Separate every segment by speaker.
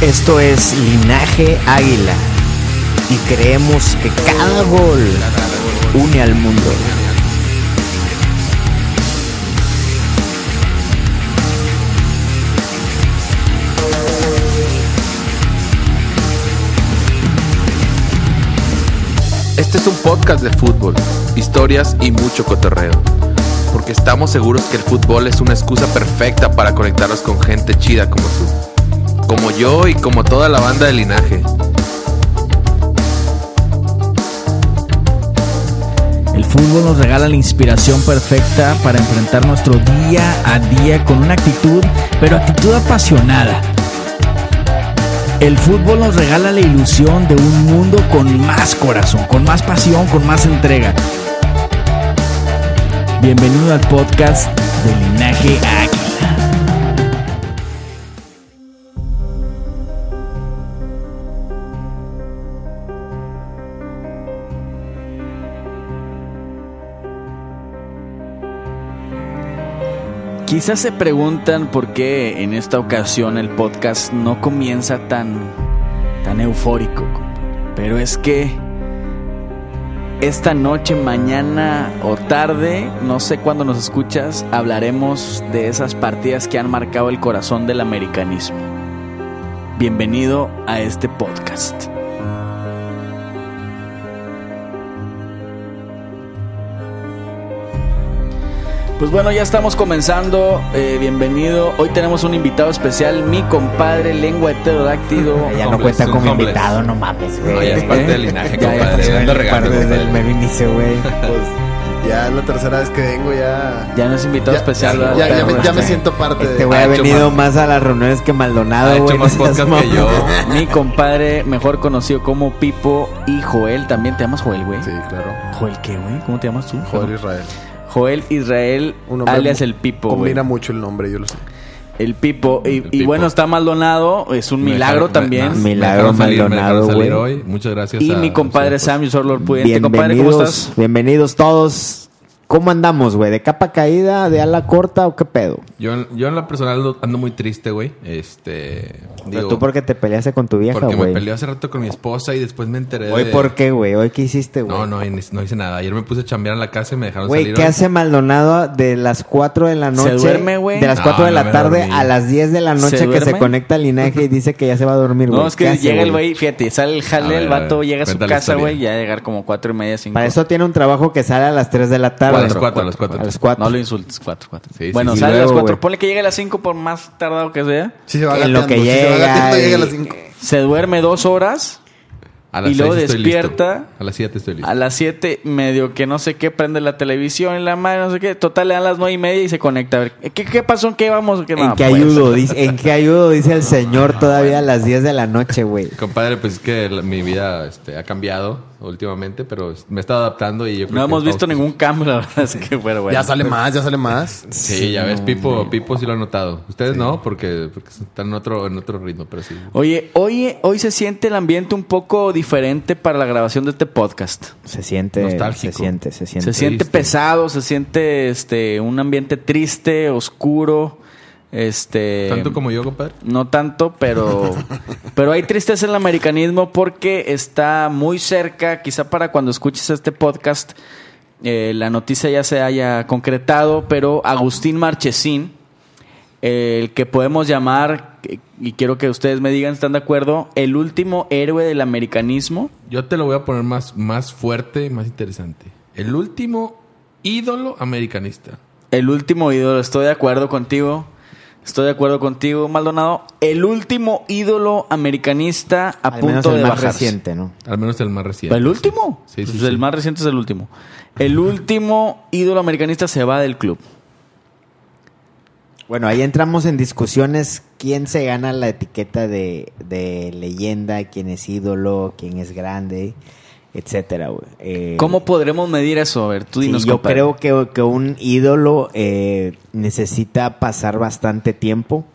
Speaker 1: Esto es Linaje Águila y creemos que cada gol une al mundo.
Speaker 2: Este es un podcast de fútbol, historias y mucho cotorreo. Porque estamos seguros que el fútbol es una excusa perfecta para conectarnos con gente chida como tú. Como yo y como toda la banda de linaje.
Speaker 1: El fútbol nos regala la inspiración perfecta para enfrentar nuestro día a día con una actitud, pero actitud apasionada. El fútbol nos regala la ilusión de un mundo con más corazón, con más pasión, con más entrega. Bienvenido al podcast de Linaje Águila.
Speaker 3: Quizás se preguntan por qué en esta ocasión el podcast no comienza tan, tan eufórico, compa. pero es que esta noche, mañana o tarde, no sé cuándo nos escuchas, hablaremos de esas partidas que han marcado el corazón del americanismo. Bienvenido a este podcast. Pues bueno, ya estamos comenzando. eh, bienvenido. Hoy tenemos un invitado especial, mi compadre Lengua Heterodáctido.
Speaker 1: Ya no
Speaker 2: Homeless,
Speaker 1: cuenta
Speaker 2: un
Speaker 1: como
Speaker 2: homeless.
Speaker 1: invitado, no mames, güey.
Speaker 2: No, ya es parte del linaje, compadre.
Speaker 1: ya,
Speaker 2: Ando regando,
Speaker 1: parte desde el
Speaker 2: compadre.
Speaker 1: mero inicio, güey.
Speaker 4: Pues ya es la tercera vez que vengo, ya.
Speaker 3: Ya no es invitado especial,
Speaker 4: Ya,
Speaker 3: ¿verdad?
Speaker 4: ya- ya me,
Speaker 3: Pero
Speaker 4: ya me
Speaker 3: este,
Speaker 4: siento parte
Speaker 1: Este
Speaker 4: de.
Speaker 1: güey ha
Speaker 2: Ha hecho
Speaker 1: venido más a las reuniones que
Speaker 2: Ha
Speaker 1: Maldonado,
Speaker 2: hecho
Speaker 1: güey.
Speaker 2: más
Speaker 1: no seas
Speaker 2: podcast que yo.
Speaker 1: mamón.
Speaker 3: Mi compadre, mejor conocido como Pipo y Joel, también te llamas Joel, güey.
Speaker 4: Sí, claro.
Speaker 3: Joel, ¿qué, güey? ¿Cómo te llamas tú?
Speaker 4: Joder, Israel.
Speaker 3: Joel Israel,
Speaker 4: Un hombre
Speaker 3: alias
Speaker 4: mu-
Speaker 3: el Pipo, güey.
Speaker 4: Combina mucho el nombre, yo lo sé.
Speaker 3: El Pipo. Y, y
Speaker 2: Pipo.
Speaker 3: bueno, está Maldonado, es un
Speaker 2: Me
Speaker 3: milagro
Speaker 2: dejaron- me-
Speaker 3: también.
Speaker 2: me
Speaker 1: Milagro
Speaker 2: dejaron salir, me
Speaker 1: Maldonado,
Speaker 2: dejaron salir
Speaker 1: güey.
Speaker 2: hoy. Muchas gracias.
Speaker 3: y
Speaker 2: a- pues.
Speaker 3: mi compadre
Speaker 2: a-
Speaker 3: Sam, Sor Lord Pudiente. Compadre, ¿cómo
Speaker 1: Bienvenidos,
Speaker 3: estás?
Speaker 1: bienvenidos todos. ¿Cómo andamos, güey? ¿De capa caída, de ala corta o qué pedo?
Speaker 2: Yo, en- yo en la personal lo- ando muy triste, güey. Este.
Speaker 1: Pero
Speaker 2: digo,
Speaker 1: tú porque te peleaste con tu vieja,
Speaker 2: porque me
Speaker 1: güey.
Speaker 2: peleé hace rato con mi esposa y después me enteré.
Speaker 1: Hoy
Speaker 2: de-
Speaker 1: por qué, güey? Hoy qué hiciste, güey.
Speaker 2: No, no, no hice nada. Ayer me puse a chambear en la casa y me dejaron
Speaker 1: Güey,
Speaker 2: salir.
Speaker 1: ¿qué
Speaker 2: hoy.
Speaker 1: hace Maldonado de las 4 de la
Speaker 3: ¿Se
Speaker 1: noche?
Speaker 3: duerme, güey?
Speaker 1: De las
Speaker 2: No,
Speaker 1: 4 de
Speaker 2: no
Speaker 1: la
Speaker 2: me
Speaker 1: tarde
Speaker 2: dormí.
Speaker 1: a las 10 de la
Speaker 3: ¿Se
Speaker 1: noche que se
Speaker 3: duerme?
Speaker 1: conecta al linaje y dice que ya se va a dormir, güey.
Speaker 3: No, es
Speaker 1: ¿Qué
Speaker 3: que
Speaker 1: hace,
Speaker 3: llega el
Speaker 1: güey?
Speaker 3: güey, fíjate, sale el
Speaker 2: A
Speaker 3: jale,
Speaker 2: ver,
Speaker 3: el
Speaker 2: a
Speaker 3: vato
Speaker 2: ver,
Speaker 3: llega a su
Speaker 2: cuenta la
Speaker 3: casa,
Speaker 2: historia.
Speaker 3: güey, ya llegar como cuatro y media, cinco.
Speaker 1: Para eso tiene un trabajo que sale a las 3 de la tarde.
Speaker 2: A las cuatro, a las cuatro.
Speaker 1: A las 4.
Speaker 3: No lo insultes, cuatro, cuatro.
Speaker 2: Sí, sí,
Speaker 3: bueno,
Speaker 2: sí.
Speaker 3: sale
Speaker 1: Y
Speaker 3: a las
Speaker 1: luego,
Speaker 3: cuatro.
Speaker 1: güey.
Speaker 3: Ponle que llegue a las cinco por más tardado que sea.
Speaker 4: Sí, se va
Speaker 1: En lo
Speaker 4: gateando.
Speaker 1: que
Speaker 4: sí, se va
Speaker 1: llega
Speaker 4: gateando,
Speaker 1: y-
Speaker 4: llega a las 5.
Speaker 3: Se duerme dos horas.
Speaker 2: A las
Speaker 3: y luego
Speaker 2: seis estoy listo.
Speaker 3: despierta.
Speaker 2: A las 7 estoy listo.
Speaker 3: A las 7, medio que no sé qué, prende la televisión en la mano, no sé qué. Total, le dan las 9 y media y se conecta. A ver, ¿qué, qué pasó? ¿En qué vamos? ¿Qué,
Speaker 1: ¿En
Speaker 3: no,
Speaker 1: qué
Speaker 3: pues.
Speaker 1: ayudo? Dice, ¿En qué ayudo? Dice el señor todavía a las 10 de la noche, güey.
Speaker 2: Compadre, pues es que la- mi vida este, ha cambiado últimamente, pero me he estado adaptando y yo creo
Speaker 3: No
Speaker 2: que
Speaker 3: hemos visto
Speaker 2: todos- pues
Speaker 3: ningún cambio, la verdad. Es que, bueno, bueno.
Speaker 4: Ya sale más, ya sale más.
Speaker 2: Sí, ya ves, Pipo, Pipo sí lo ha notado. Ustedes no, porque, porque están en otro, en otro ritmo, pero sí.
Speaker 3: Oye, hoy, hoy se siente el ambiente un poco diferente para la grabación de este podcast.
Speaker 1: Se siente,
Speaker 2: Nostálgico.
Speaker 1: se siente, se siente.
Speaker 3: Se siente
Speaker 2: Triste.
Speaker 3: pesado, se siente este un ambiente triste, oscuro. Este.
Speaker 2: Tanto como yo, compadre.
Speaker 3: No tanto, pero, pero hay tristeza en el americanismo porque está muy cerca, quizá para cuando escuches este podcast, eh, la noticia ya se haya concretado, pero Agustín Marchesín, eh, el que podemos llamar, eh, y quiero que ustedes me digan, ¿están de acuerdo? El último héroe del americanismo.
Speaker 2: Yo te lo voy a poner más, más fuerte, más interesante. El último ídolo americanista.
Speaker 3: El último ídolo, estoy de acuerdo contigo. Estoy de acuerdo contigo, Maldonado. El último ídolo americanista a
Speaker 1: Al menos
Speaker 3: punto
Speaker 1: el
Speaker 3: de
Speaker 1: más
Speaker 3: bajarse.
Speaker 1: reciente, ¿no?
Speaker 2: Al menos el más reciente.
Speaker 3: ¿El último?
Speaker 2: Sí, sí,
Speaker 3: Pues
Speaker 2: sí.
Speaker 3: El más reciente es el último. El último ídolo americanista se va del club.
Speaker 1: Bueno, ahí entramos en discusiones quién se gana la etiqueta de, de leyenda, quién es ídolo, quién es grande, etcétera. güey. Eh,
Speaker 3: ¿Cómo podremos medir eso? A ver, tú
Speaker 1: sí,
Speaker 3: dinos.
Speaker 1: yo
Speaker 3: compadre.
Speaker 1: creo que, que un ídolo eh, necesita pasar bastante tiempo.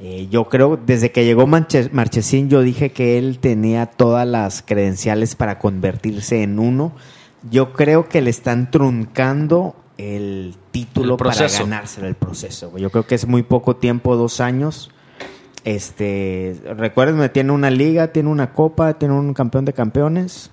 Speaker 1: Eh, yo creo, desde que llegó Manche- Marchesín, yo dije que él tenía todas las credenciales para convertirse en uno. Yo creo que le están truncando el título
Speaker 3: El
Speaker 1: para
Speaker 3: proceso.
Speaker 1: ganárselo, el proceso. güey. Yo creo que es muy poco tiempo, dos años. Este, recuérdenme, tiene una liga, tiene una copa, tiene un campeón de campeones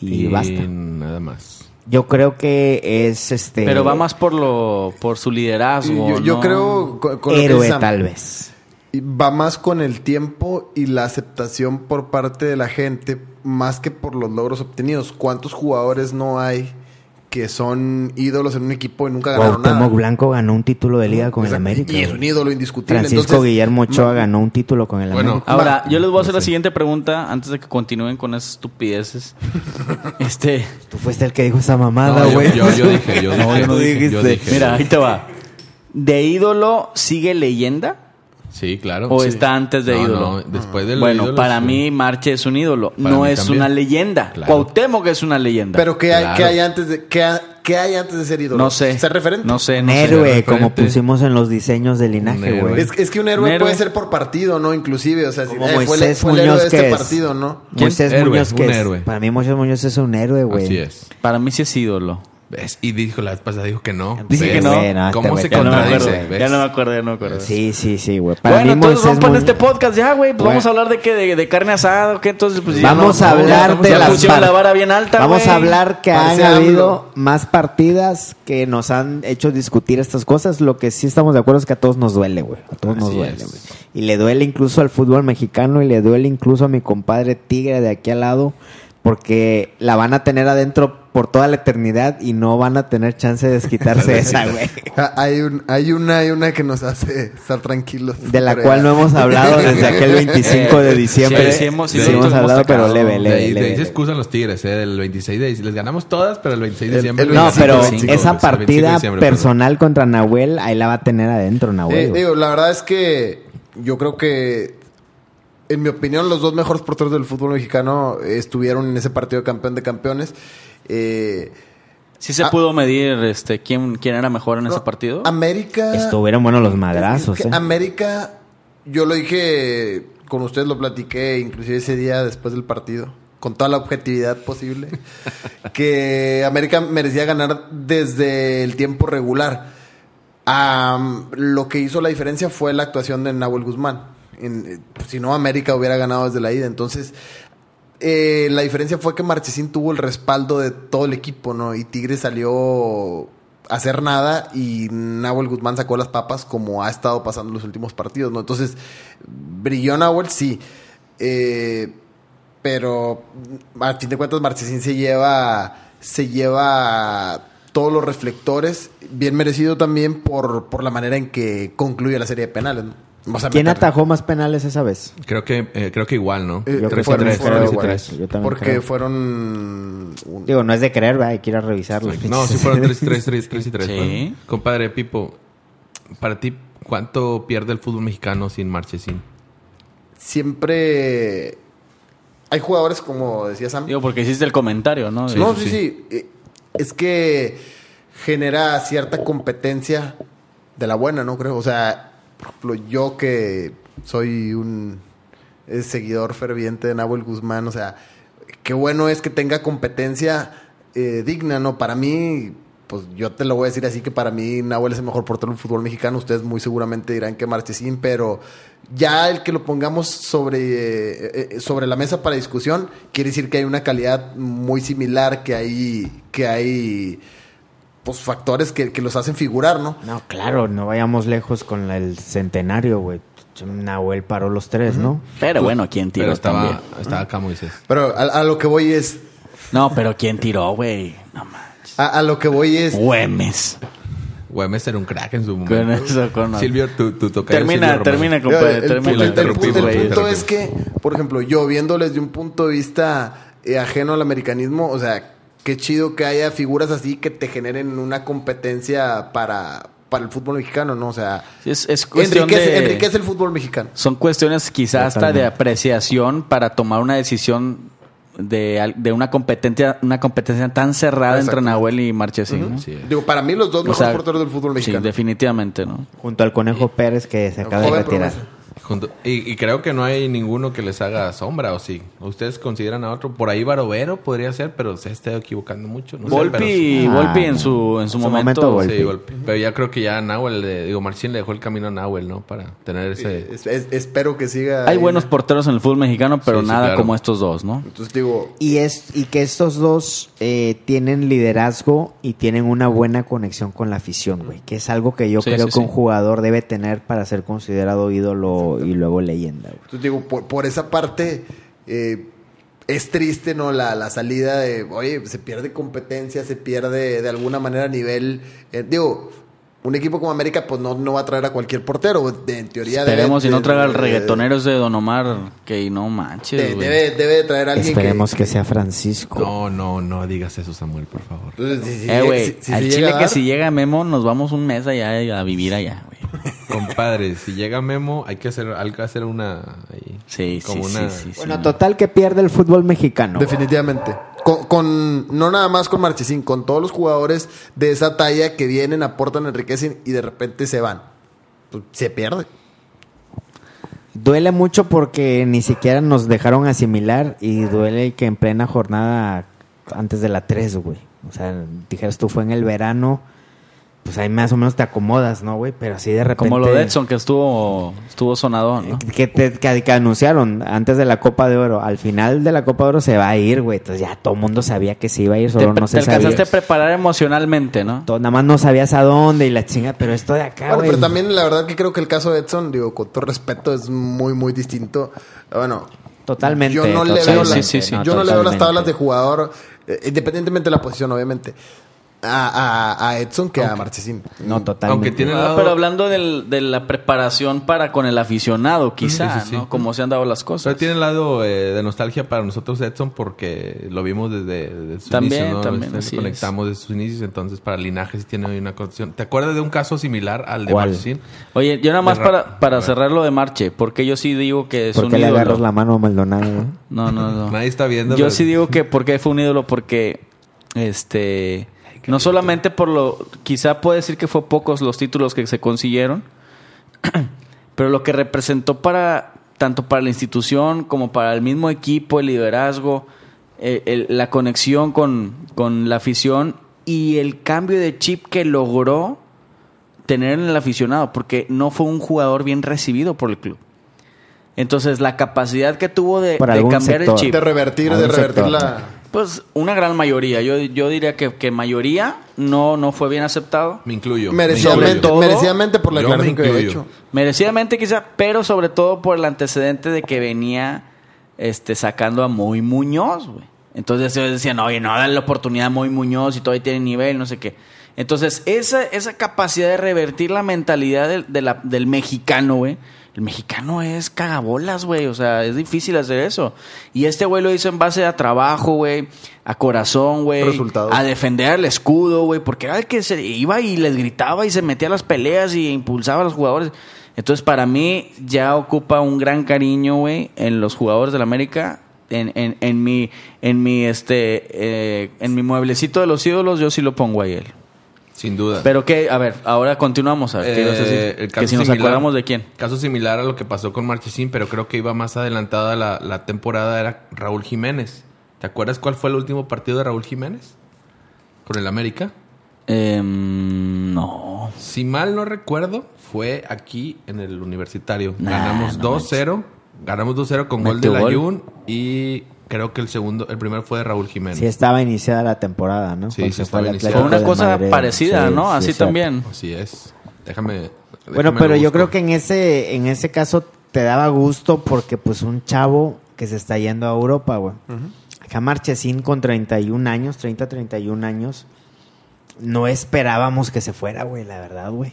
Speaker 1: y, basta.
Speaker 2: Nada más.
Speaker 1: Yo creo que es este.
Speaker 3: Pero va más por lo, por su liderazgo.
Speaker 5: Yo, yo
Speaker 3: ¿no?
Speaker 5: creo co- con, lo que
Speaker 1: héroe,
Speaker 5: dice Sam,
Speaker 1: tal vez.
Speaker 5: y va más con el tiempo y la aceptación por parte de la gente más que por los logros obtenidos. ¿Cuántos jugadores no hay que son ídolos en un equipo y nunca ganaron nada?
Speaker 1: Cuauhtémoc Blanco ganó un ídolo de liga con el
Speaker 5: Exacto.
Speaker 1: América.
Speaker 5: Y es
Speaker 1: güey.
Speaker 5: un ídolo indiscutible.
Speaker 1: Francisco
Speaker 5: Entonces,
Speaker 1: Guillermo Ochoa ganó un título con el
Speaker 2: Bueno,
Speaker 1: América.
Speaker 3: Ahora, yo les voy a hacer
Speaker 2: No
Speaker 3: la
Speaker 2: sé.
Speaker 3: siguiente pregunta antes de que continúen con esas estupideces. este,
Speaker 1: Tú fuiste el que dijo esa mamada,
Speaker 2: No, yo,
Speaker 1: güey.
Speaker 2: yo, yo dije, yo dije.
Speaker 1: Ah, No, yo no
Speaker 2: yo
Speaker 1: dije.
Speaker 2: dije.
Speaker 3: mira, ahí te va. ¿De ídolo sigue leyenda?
Speaker 2: Sí, claro.
Speaker 3: ¿O
Speaker 2: Sí.
Speaker 3: está antes de
Speaker 2: No,
Speaker 3: ídolo?
Speaker 2: no, después del
Speaker 3: bueno,
Speaker 2: ídolo,
Speaker 3: para
Speaker 2: sí.
Speaker 3: mí Marche es un ídolo,
Speaker 2: Para
Speaker 3: no
Speaker 2: mí
Speaker 3: es
Speaker 2: también.
Speaker 3: una leyenda.
Speaker 2: Claro.
Speaker 3: Cuauhtémoc es una leyenda.
Speaker 5: Pero ¿qué hay,
Speaker 2: Claro.
Speaker 5: qué hay antes de qué, ha- qué hay antes de ser ídolo?
Speaker 3: no sé.
Speaker 5: ¿Ser referente?
Speaker 3: No sé,
Speaker 1: Un
Speaker 3: no sé.
Speaker 1: héroe,
Speaker 2: referente.
Speaker 1: como pusimos en los diseños de linaje,
Speaker 2: héroe.
Speaker 1: güey.
Speaker 5: Es, es que un héroe,
Speaker 3: Un héroe.
Speaker 5: puede ser por partido, ¿no? Inclusive, o sea, si
Speaker 1: Como
Speaker 5: eh, fue el-
Speaker 1: Moisés
Speaker 5: fue el héroe
Speaker 1: Muñoz,
Speaker 5: de
Speaker 1: que
Speaker 5: este
Speaker 1: es.
Speaker 5: partido, ¿no?
Speaker 1: Moisés
Speaker 2: ¿Quién? Héroe,
Speaker 1: Muñoz,
Speaker 2: un
Speaker 1: que es-
Speaker 2: héroe.
Speaker 1: Para mí, Moisés Muñoz es un héroe,
Speaker 3: pues,
Speaker 1: güey.
Speaker 2: Así es.
Speaker 3: Para mí sí es ídolo.
Speaker 2: ¿Ves? Y dijo la vez pasada, dijo que no.
Speaker 3: Dice
Speaker 2: ¿Ves?
Speaker 3: que no.
Speaker 1: Bueno, este
Speaker 2: ¿Cómo
Speaker 1: güey
Speaker 2: se
Speaker 1: que no me acuerdo,
Speaker 2: contradice?
Speaker 1: güey.
Speaker 2: ¿Ves?
Speaker 3: Ya no me acuerdo, ya no me acuerdo.
Speaker 1: Sí, sí, sí, güey. Para
Speaker 3: bueno,
Speaker 1: mí,
Speaker 3: entonces
Speaker 1: Moisés
Speaker 3: rompan
Speaker 1: Muñoz-
Speaker 3: este podcast ya, güey. Pues
Speaker 1: Bueno.
Speaker 3: Vamos a hablar de qué, de, de carne asada, o qué entonces. Pues, ya
Speaker 1: Vamos
Speaker 3: no-
Speaker 1: a hablar
Speaker 3: ya
Speaker 1: de las
Speaker 3: pusieron
Speaker 1: par-
Speaker 3: la vara bien alta.
Speaker 1: Vamos
Speaker 3: güey.
Speaker 1: a hablar que han
Speaker 5: Parece
Speaker 1: habido
Speaker 5: AMLO.
Speaker 1: más partidas que nos han hecho discutir estas cosas. Lo que sí estamos de acuerdo es que a todos nos duele, güey. A todos nos
Speaker 2: Así
Speaker 1: duele,
Speaker 2: es.
Speaker 1: güey. Y le duele incluso al fútbol mexicano y le duele incluso a mi compadre Tigre de aquí al lado porque la van a tener adentro por toda la eternidad y no van a tener chance de desquitarse esa, güey.
Speaker 5: Ah, Hay, un- hay una, hay una que nos hace estar tranquilos.
Speaker 1: De la
Speaker 5: Pero
Speaker 1: cual
Speaker 5: ya.
Speaker 1: no hemos hablado desde aquel 25 de diciembre.
Speaker 3: sí, sí hemos- sí
Speaker 1: Sí
Speaker 3: nosotros
Speaker 1: hemos
Speaker 3: hemos
Speaker 1: hablado, pero
Speaker 3: sacado
Speaker 1: leve,
Speaker 2: De ahí,
Speaker 1: leve,
Speaker 2: de ahí
Speaker 1: leve.
Speaker 2: se excusan los tigres, ¿eh? El 26 de diciembre. Les ganamos todas, pero el 26 de
Speaker 5: El-
Speaker 2: diciembre.
Speaker 5: el
Speaker 1: No, pero
Speaker 5: 25,
Speaker 1: esa
Speaker 2: pues, el 25 de
Speaker 1: partida
Speaker 2: diciembre, perdón.
Speaker 1: personal contra Nahuel, ahí la va a tener adentro
Speaker 5: Eh,
Speaker 1: Nahuel. güey.
Speaker 5: digo, la verdad es que yo creo que, en mi opinión, los dos mejores porteros del fútbol mexicano eh, estuvieron en ese partido de campeón de campeones. Eh,
Speaker 3: Sí se
Speaker 5: Ah.
Speaker 3: pudo medir este quién, quién era mejor en ese
Speaker 5: no,
Speaker 3: partido.
Speaker 5: América.
Speaker 1: Estuvieron buenos los madrazos,
Speaker 5: Es que
Speaker 1: eh.
Speaker 5: América, yo lo dije con ustedes, lo platiqué, inclusive ese día después del partido, con toda la objetividad posible, que América merecía ganar desde el tiempo regular. Am, lo que hizo la diferencia fue la actuación de Nahuel Guzmán. En- eh, si no, América hubiera ganado desde la ida. Entonces, eh, la diferencia fue que Marchesín tuvo el respaldo de todo el equipo, ¿no? Y Tigre salió a hacer nada y Nahuel Guzmán sacó las papas como ha estado pasando los últimos partidos, ¿no? Entonces, brilló Nahuel, sí. Eh, pero a fin de cuentas Marchesín se lleva se lleva todos los reflectores, bien merecido también por, por la manera en que concluye la serie de penales. ¿no? Vamos a
Speaker 1: ¿Quién
Speaker 5: meterle.
Speaker 1: atajó más penales esa vez?
Speaker 2: Creo que, eh, creo que igual, ¿no?
Speaker 5: Eh,
Speaker 1: Yo creo
Speaker 2: Tres y
Speaker 1: que
Speaker 2: tres,
Speaker 1: no fueron
Speaker 2: tres y
Speaker 1: iguales.
Speaker 2: tres.
Speaker 1: Yo también
Speaker 5: Porque
Speaker 1: creo.
Speaker 5: fueron un-
Speaker 1: Digo, no es de creer, ¿verdad? hay que ir a revisarlo.
Speaker 2: No, sí fueron 3 3 3 3 y 3.
Speaker 3: Sí.
Speaker 2: Compadre Pipo, para ti, ¿cuánto pierde el fútbol mexicano sin Marchesín?
Speaker 5: siempre hay jugadores como decía Sam.
Speaker 3: Digo, porque hiciste el comentario, ¿no? De-
Speaker 5: no,
Speaker 2: sí,
Speaker 5: sí, sí. Eh, Es que genera cierta competencia de la buena, ¿no? Creo. O sea, por ejemplo, yo que soy un eh, seguidor ferviente de Nahuel Guzmán, o sea, qué bueno es que tenga competencia eh, digna, ¿no? Para mí, pues yo te lo voy a decir así que para mí Nahuel es el mejor portero del fútbol mexicano. Ustedes muy seguramente dirán que Marchesín, pero ya el que lo pongamos sobre, eh, eh, sobre la mesa para discusión quiere decir que hay una calidad muy similar, que hay, que hay pues, factores que, que los hacen figurar, ¿no?
Speaker 1: No, claro, no vayamos lejos con la- el centenario, güey. Nahuel paró los tres, ¿no?
Speaker 3: Pero bueno, ¿quién tiró
Speaker 2: Pero estaba,
Speaker 3: también?
Speaker 2: estaba acá Moisés.
Speaker 5: Pero a, a lo que voy es.
Speaker 3: No, pero ¿quién tiró, güey? No mames.
Speaker 5: A, a lo que voy es.
Speaker 3: Güemes.
Speaker 2: Güemes era un crack en su momento.
Speaker 3: Con eso, con-
Speaker 2: Silvio, tú, tú tocas.
Speaker 3: Termina, termina, compadre.
Speaker 5: el, punto-
Speaker 3: Termina.
Speaker 5: el punto- el
Speaker 2: güey.
Speaker 5: punto es que, por ejemplo, yo viéndoles de un punto de vista eh, ajeno al americanismo, o sea, qué chido que haya figuras así que te generen una competencia para, para el fútbol mexicano, ¿no? O sea,
Speaker 3: Es, es cuestión
Speaker 5: enriquece,
Speaker 3: de...
Speaker 5: enriquece el fútbol mexicano.
Speaker 3: Son cuestiones quizás hasta de
Speaker 1: Totalmente.
Speaker 3: apreciación para tomar una decisión de, al- de una competencia una competencia tan cerrada entre
Speaker 5: Exactamente.
Speaker 3: Nahuel y Marchesín. ¿no?
Speaker 2: Sí.
Speaker 5: Digo, para mí los dos
Speaker 3: O
Speaker 5: mejores
Speaker 3: sea,
Speaker 5: porteros del fútbol
Speaker 3: Sí,
Speaker 5: mexicano.
Speaker 3: definitivamente, ¿no?
Speaker 1: Junto al Conejo Pérez que se acaba de
Speaker 5: Joven
Speaker 1: retirar.
Speaker 5: promesa.
Speaker 2: Junto- y, y creo que no hay ninguno que les haga sombra, ¿o sí? ¿Ustedes consideran a otro? Por ahí Barovero podría ser, pero se ha estado equivocando mucho. No sé,
Speaker 3: Volpi,
Speaker 1: pero-
Speaker 3: Volpi
Speaker 1: Ah,
Speaker 3: en su, en su
Speaker 1: en su
Speaker 3: momento.
Speaker 1: momento,
Speaker 2: pero-
Speaker 1: Volpi.
Speaker 2: sí, Volpi. Pero ya creo que ya Nahuel, le- digo, Marchín le dejó el camino a Nahuel, ¿no? Para tener ese...
Speaker 5: Eh, Es- es- espero que siga.
Speaker 3: Hay
Speaker 5: ahí,
Speaker 3: buenos
Speaker 5: ¿no?
Speaker 3: porteros en el fútbol mexicano, pero
Speaker 2: Sí, sí,
Speaker 3: nada
Speaker 2: claro.
Speaker 3: como estos dos, ¿no?
Speaker 5: Entonces digo,
Speaker 1: Y, es, y que estos dos eh, tienen liderazgo y tienen una buena conexión con la afición, güey. Que es algo que yo
Speaker 3: Sí,
Speaker 1: creo
Speaker 3: sí,
Speaker 1: que un
Speaker 3: sí.
Speaker 1: jugador debe tener para ser considerado ídolo y luego leyenda, güey.
Speaker 5: entonces digo por, por esa parte eh, es triste, ¿no? La, la salida de, oye, se pierde competencia, se pierde de alguna manera nivel. eh, digo, un equipo como América, pues no, no va a traer a cualquier portero. de- en teoría debe-
Speaker 3: Esperemos si no
Speaker 5: de-
Speaker 3: traga el
Speaker 5: de-
Speaker 3: reggaetoniero ese de Don Omar, que no
Speaker 5: de-
Speaker 3: manches, güey.
Speaker 5: debe, debe de traer a alguien
Speaker 1: Esperemos que, sea Francisco.
Speaker 2: No, no, no digas eso, Samuel, por favor.
Speaker 5: Entonces, si- si-
Speaker 3: Eh, güey,
Speaker 5: si- si
Speaker 3: al
Speaker 5: se llega
Speaker 3: chile
Speaker 5: a dar,
Speaker 3: que si llega Memo, nos vamos un mes allá a vivir allá, güey.
Speaker 2: Compadre, si llega Memo, hay que hacer, hay que hacer una... ahí,
Speaker 3: Sí, sí,
Speaker 2: como
Speaker 3: sí,
Speaker 2: una-
Speaker 3: sí, sí.
Speaker 1: Bueno, total que pierde el fútbol mexicano. güey.
Speaker 5: Definitivamente. Con, con- no nada más con Marchesín, con todos los jugadores de esa talla que vienen, aportan, enriquecen y de repente se van. Pues, se pierde.
Speaker 1: Duele mucho porque ni siquiera nos dejaron asimilar y duele que en plena jornada antes de la 3, güey. O sea, dijeras tú fue en el verano, pues ahí más o menos te acomodas, ¿no, güey? Pero así de repente...
Speaker 3: Como lo de Edson, que estuvo, estuvo sonado, ¿no?
Speaker 5: Eh,
Speaker 1: Que, te- que- que anunciaron antes de la Copa de Oro. Al final de la Copa de Oro se va a ir, güey. Entonces ya todo el mundo sabía que se iba a ir,
Speaker 3: Te,
Speaker 1: solo no
Speaker 3: te
Speaker 1: se sabía.
Speaker 3: alcanzaste a preparar emocionalmente, ¿no?
Speaker 1: Todo- nada más no sabías a dónde y la chinga, pero esto de acá,
Speaker 5: Ah, Bueno,
Speaker 1: güey.
Speaker 5: pero también la verdad que creo que el caso de Edson, digo, con todo respeto, es muy, muy distinto. Bueno,
Speaker 1: Totalmente.
Speaker 5: yo no le
Speaker 1: totalmente,
Speaker 5: veo,
Speaker 3: Sí,
Speaker 5: la-
Speaker 3: sí, sí, sí.
Speaker 5: yo no le veo las
Speaker 1: totalmente.
Speaker 5: tablas de jugador, eh, independientemente de la posición, obviamente, a, a- a Edson que a Marchesín.
Speaker 1: No, totalmente.
Speaker 2: Aunque tiene el
Speaker 3: Ah,
Speaker 2: lado-
Speaker 3: pero hablando del- de la preparación para con el aficionado, quizá,
Speaker 2: Sí, sí, sí.
Speaker 3: ¿no? Como se han dado las
Speaker 2: O sea,
Speaker 3: cosas.
Speaker 2: tiene el lado eh, de nostalgia para nosotros Edson porque lo vimos desde, desde sus
Speaker 3: También,
Speaker 2: inicios, ¿no?
Speaker 3: también,
Speaker 2: Nos
Speaker 3: así
Speaker 2: conectamos desde sus inicios, entonces para Linaje sí tiene una condición. ¿Te acuerdas de un caso similar al de
Speaker 1: ¿Cuál?
Speaker 2: Marchesín?
Speaker 3: Oye, yo nada más
Speaker 2: De ra-
Speaker 3: para,
Speaker 2: a
Speaker 3: para
Speaker 2: ver.
Speaker 3: cerrar lo de Marche, porque yo sí digo que es
Speaker 1: ¿Por
Speaker 3: un
Speaker 1: qué le
Speaker 3: ídolo.
Speaker 1: agarras la mano a Maldonado, güey?
Speaker 3: No, no, no.
Speaker 2: Nadie está viendo.
Speaker 3: Yo
Speaker 2: pero-
Speaker 3: sí digo que porque fue un ídolo, porque este no solamente por lo, quizá puedo decir que fue pocos los títulos que se consiguieron, pero lo que representó para tanto para la institución como para el mismo equipo, el liderazgo, eh, el- la conexión con, con la afición y el cambio de chip que logró tener en el aficionado, porque no fue un jugador bien recibido por el club. Entonces, la capacidad que tuvo de,
Speaker 1: Por
Speaker 3: de
Speaker 1: algún
Speaker 3: cambiar el
Speaker 1: sector.
Speaker 3: chip.
Speaker 5: De revertir,
Speaker 1: A
Speaker 5: de
Speaker 1: un
Speaker 5: revertir
Speaker 1: sector.
Speaker 5: la...
Speaker 3: Pues una gran mayoría. Yo, yo diría que, que mayoría no, no fue bien aceptado.
Speaker 2: Me incluyo. me
Speaker 3: Sobre
Speaker 5: Merecidamente,
Speaker 3: todo-
Speaker 5: merecidamente por la
Speaker 2: Yo me
Speaker 5: declaración que había
Speaker 2: incluyo.
Speaker 5: hecho.
Speaker 3: Merecidamente quizá, pero sobre todo por el antecedente de que venía este, sacando a Moy Muñoz, güey. Entonces ellos decían, oye, no, dale la oportunidad a Moy Muñoz y todavía tiene nivel, no sé qué. Entonces, esa, esa capacidad de revertir la mentalidad del, de la- del mexicano, güey. El mexicano es cagabolas, güey. O sea, es difícil hacer eso. Y este güey lo hizo en base a trabajo, güey. A corazón, güey.
Speaker 5: Resultados.
Speaker 3: A defender al escudo, güey, porque era el que se iba y les gritaba y se metía a las peleas y impulsaba a los jugadores. Entonces, para mí, ya ocupa un gran cariño, güey, en los jugadores del América. En, en, en mi, en mi, este, eh, en mi mueblecito de los ídolos, yo sí lo pongo a él.
Speaker 2: Sin duda.
Speaker 3: Pero que, a ver, ahora continuamos. A ver, ¿qué ibas a decir?
Speaker 2: Eh, el
Speaker 3: que
Speaker 2: caso
Speaker 3: si nos
Speaker 2: similar-
Speaker 3: acordamos de quién.
Speaker 2: Caso similar a lo que pasó con Marchesín, pero creo que iba más adelantada la, la temporada, era Raúl Jiménez. ¿Te acuerdas cuál fue el último partido de Raúl Jiménez? Con el América.
Speaker 3: Em, no.
Speaker 2: Si mal no recuerdo, fue aquí en el universitario.
Speaker 3: Nah,
Speaker 2: ganamos
Speaker 3: no
Speaker 2: 2-0. Ganamos 2-0 con gol de
Speaker 3: Metió gol.
Speaker 2: Layun y creo que el segundo, el primero fue de Raúl Jiménez.
Speaker 1: Sí, estaba iniciada la temporada, ¿no?
Speaker 2: Sí,
Speaker 1: Cuando
Speaker 2: sí
Speaker 1: se
Speaker 2: estaba
Speaker 1: al
Speaker 2: iniciada.
Speaker 3: Fue
Speaker 1: Atlético
Speaker 3: una
Speaker 1: de
Speaker 3: cosa
Speaker 1: Madrid.
Speaker 3: parecida,
Speaker 1: Sí,
Speaker 3: ¿no?
Speaker 1: sí,
Speaker 3: Así
Speaker 1: cierto.
Speaker 3: también.
Speaker 2: Así es. Déjame.
Speaker 1: Bueno,
Speaker 2: déjame
Speaker 1: pero yo
Speaker 2: busco.
Speaker 1: creo que en ese, en ese caso te daba gusto porque pues un chavo que se está yendo a Europa, güey. Acá Marchesín con 31 años, 30, 31 años, no esperábamos que se fuera, güey, la verdad, güey.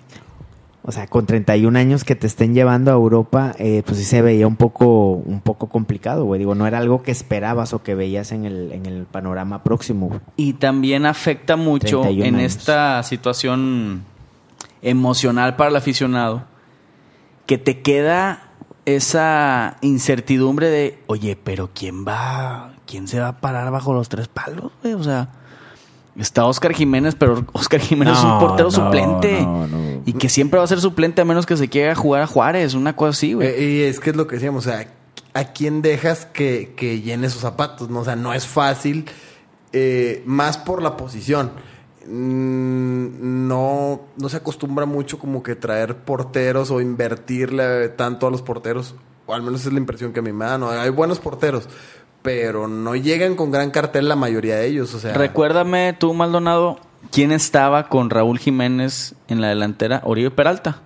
Speaker 1: O sea, con 31 años que te estén llevando a Europa, eh, pues sí se veía un poco, un poco complicado, güey. Digo, no era algo que esperabas o que veías en el, en el panorama próximo, güey.
Speaker 3: Y también afecta mucho
Speaker 1: 31
Speaker 3: en
Speaker 1: años.
Speaker 3: esta situación emocional para el aficionado que te queda esa incertidumbre de, oye, pero ¿quién va? ¿Quién se va a parar bajo los tres palos, güey? O sea, está Oscar Jiménez, pero Oscar Jiménez es un
Speaker 1: No,
Speaker 3: portero
Speaker 1: no,
Speaker 3: suplente.
Speaker 1: no, no.
Speaker 3: Y que siempre va a ser suplente a menos que se quiera jugar a Juárez, una cosa así, güey.
Speaker 5: Eh, y es que es lo que decíamos, o sea, ¿a quién dejas que, que llene sus zapatos? No? O sea, no es fácil, eh, más por la posición. Mm, No, no se acostumbra mucho como que traer porteros o invertirle tanto a los porteros, o al menos es la impresión que a mí me da, ¿no? Hay buenos porteros, pero no llegan con gran cartel la mayoría de ellos, o sea...
Speaker 3: Recuérdame tú, Maldonado, ¿quién estaba con Raúl Jiménez en la delantera? Oribe Peralta.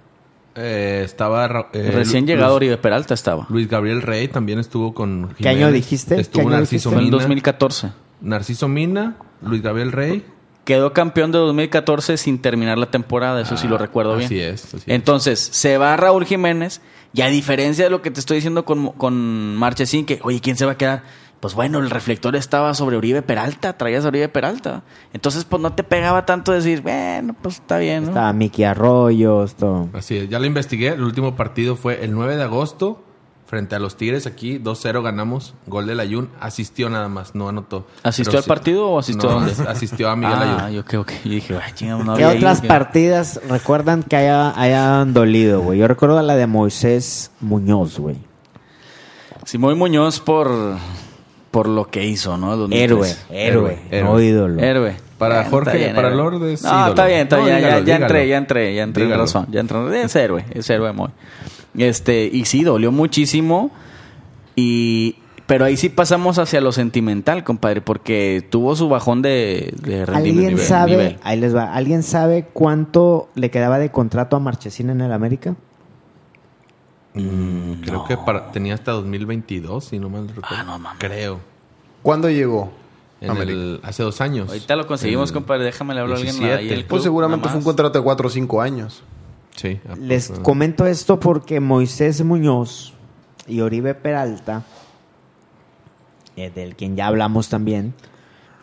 Speaker 2: Eh, estaba. Ra- eh,
Speaker 3: Recién
Speaker 2: Lu-
Speaker 3: llegado
Speaker 2: Luis,
Speaker 3: Oribe Peralta estaba.
Speaker 2: Luis Gabriel Rey también estuvo con.
Speaker 1: ¿Qué año dijiste?
Speaker 2: Estuvo
Speaker 1: ¿Qué año
Speaker 2: Narciso
Speaker 3: Fue en el
Speaker 2: Mina.
Speaker 3: 2014.
Speaker 2: Narciso Mina, Luis Gabriel Rey.
Speaker 3: Quedó campeón de 2014 sin terminar la temporada, eso sí lo recuerdo bien.
Speaker 2: Ah, Así es. así es.
Speaker 3: Entonces, se va Raúl Jiménez y a diferencia de lo que te estoy diciendo con, con Marchesín, que, oye, ¿quién se va a quedar? Pues bueno, el reflector estaba sobre Oribe Peralta, traías a Oribe Peralta. Entonces, pues no te pegaba tanto decir, bueno, pues está bien, ¿no?
Speaker 1: Estaba Mickey Arroyo, esto.
Speaker 2: Así es, ya lo investigué. El último partido fue el 9 de agosto frente a los Tigres aquí. 2-0 ganamos. Gol del Ayun. Asistió nada más, no anotó.
Speaker 3: ¿Asistió
Speaker 2: Pero
Speaker 3: al partido o asistió a dónde?
Speaker 2: as- Asistió a Miguel
Speaker 3: ah,
Speaker 2: Ayun.
Speaker 3: yo creo que yo dije, ay, chingado, no
Speaker 1: ¿Qué
Speaker 3: había
Speaker 1: otras
Speaker 3: ido, que-
Speaker 1: partidas recuerdan que haya, hayan dolido, güey? Yo recuerdo la de Moisés Muñoz, güey.
Speaker 3: Simón Muñoz por, por lo que hizo, ¿no? 2003.
Speaker 1: Héroe, héroe,
Speaker 2: Héroe.
Speaker 1: no ídolo.
Speaker 3: Héroe.
Speaker 2: Para
Speaker 3: Bueno,
Speaker 2: Jorge,
Speaker 3: está bien,
Speaker 2: para
Speaker 3: héroe.
Speaker 2: Lourdes,
Speaker 3: No,
Speaker 2: ídolo.
Speaker 3: está bien, está
Speaker 2: No,
Speaker 3: bien. ya- ya,
Speaker 2: dígalo,
Speaker 3: entré,
Speaker 2: dígalo.
Speaker 3: ya entré, ya entré en
Speaker 2: Dígalo.
Speaker 3: razón. Ya entré en razón. Es héroe, es héroe muy. Este, y sí, dolió muchísimo. Y. Pero ahí sí pasamos hacia lo sentimental, compadre, porque tuvo su bajón de, de rendimiento.
Speaker 1: ¿Alguien
Speaker 3: nivel,
Speaker 1: sabe,
Speaker 3: nivel.
Speaker 1: ahí les va, ¿alguien sabe cuánto le quedaba de contrato a Marchesín en el América?
Speaker 3: Ah,
Speaker 2: Creo que para- tenía hasta 2022, si no mal recuerdo.
Speaker 3: Ah, no mames.
Speaker 2: Creo.
Speaker 5: ¿Cuándo llegó?
Speaker 2: En el- hace dos años.
Speaker 3: Ahorita lo conseguimos, compadre. Déjame le hablo a alguien.
Speaker 2: 17.
Speaker 3: ahí del club,
Speaker 5: Pues seguramente
Speaker 3: nada
Speaker 5: fue un
Speaker 3: más.
Speaker 5: contrato de cuatro o cinco años.
Speaker 2: Sí. ah,
Speaker 1: Les
Speaker 2: pues, ah.
Speaker 1: comento esto porque Moisés Muñoz y Oribe Peralta, eh, del quien ya hablamos también,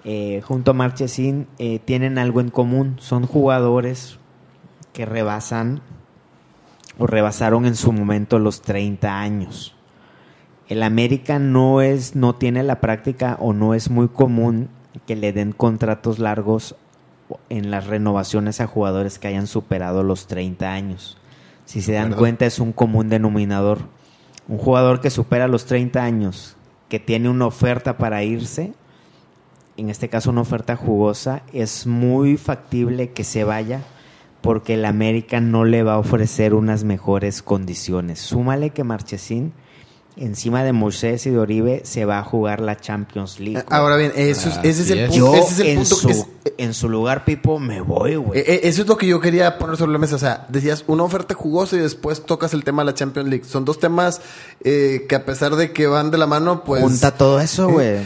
Speaker 1: eh, junto a Marchesín, eh, tienen algo en común. Son jugadores que rebasan o pues, rebasaron en su momento los 30 años. El América no es, no tiene la práctica o no es muy común que le den contratos largos en las renovaciones a jugadores que hayan superado los 30 años. Si se dan cuenta, es un común denominador. Un jugador que supera los 30 años, que tiene una oferta para irse, en este caso una oferta jugosa, es muy factible que se vaya porque el América no le va a ofrecer unas mejores condiciones. Súmale que Marchesín, encima de Moisés y de Oribe, se va a jugar la Champions League. güey.
Speaker 5: Ah, Ahora bien, eso es- ese es el
Speaker 2: Así
Speaker 5: punto.
Speaker 1: Yo
Speaker 5: ese es el
Speaker 1: en,
Speaker 5: punto
Speaker 1: su,
Speaker 5: que es-
Speaker 1: en su lugar, Pipo, me voy, güey.
Speaker 5: Eh, eh, Eso es lo que yo quería poner sobre la mesa. O sea, decías una oferta jugosa y después tocas el tema de la Champions League. Son dos temas eh, que a pesar de que van de la mano, pues... eh,
Speaker 1: Junta todo eso, güey.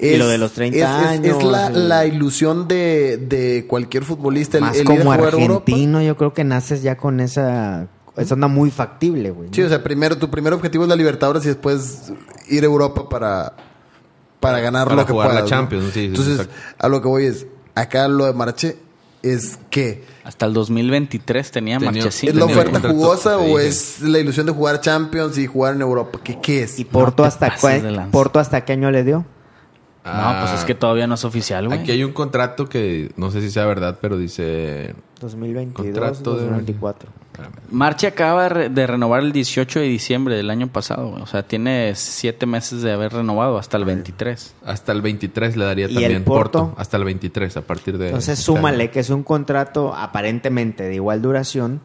Speaker 1: y
Speaker 5: es-
Speaker 1: lo de los 30
Speaker 5: es- es-
Speaker 1: años.
Speaker 5: Es la,
Speaker 1: el-
Speaker 5: la ilusión de, de cualquier futbolista. El,
Speaker 1: más
Speaker 5: el ir a
Speaker 1: como
Speaker 5: jugar a Europa.
Speaker 1: argentino, yo creo que naces ya con esa. Esa onda muy factible, güey. ¿no?
Speaker 5: Sí, o sea, primero, tu primer objetivo es la Libertadores y después ir a Europa para, para ganar
Speaker 2: Para
Speaker 5: lo que
Speaker 2: jugar la
Speaker 5: puedas, ¿no?
Speaker 2: Champions, sí, sí,
Speaker 5: Entonces,
Speaker 2: exacto.
Speaker 5: a lo que voy es... Acá lo de Marche es que...
Speaker 3: Hasta el 2023 tenía,
Speaker 2: Tenía-
Speaker 3: Marchesín.
Speaker 2: Sí,
Speaker 5: ¿Es la
Speaker 2: tenía el
Speaker 5: oferta
Speaker 2: contrato, te
Speaker 5: jugosa o
Speaker 2: dije.
Speaker 5: es la ilusión de jugar Champions y jugar en Europa? ¿Qué, qué es?
Speaker 1: ¿Y Porto,
Speaker 3: te
Speaker 1: hasta
Speaker 3: pases
Speaker 1: cua-
Speaker 3: de lanza.
Speaker 1: Porto hasta qué año le dio?
Speaker 2: Ah,
Speaker 3: No, pues es que todavía no es oficial, güey.
Speaker 2: Aquí hay un contrato que no sé si sea verdad, pero dice.
Speaker 1: 2022,
Speaker 2: Contrato de-
Speaker 1: 2024.
Speaker 3: Eh,
Speaker 2: espérame,
Speaker 3: Marche acaba de re- de renovar el 18 de diciembre del año pasado. güey. O sea, tiene siete meses de haber renovado hasta el 23.
Speaker 2: Hasta el 23 le daría
Speaker 1: ¿Y
Speaker 2: también
Speaker 1: el Porto?
Speaker 2: Hasta el 23, a partir de. este
Speaker 1: Entonces, súmale que es un contrato aparentemente de igual duración.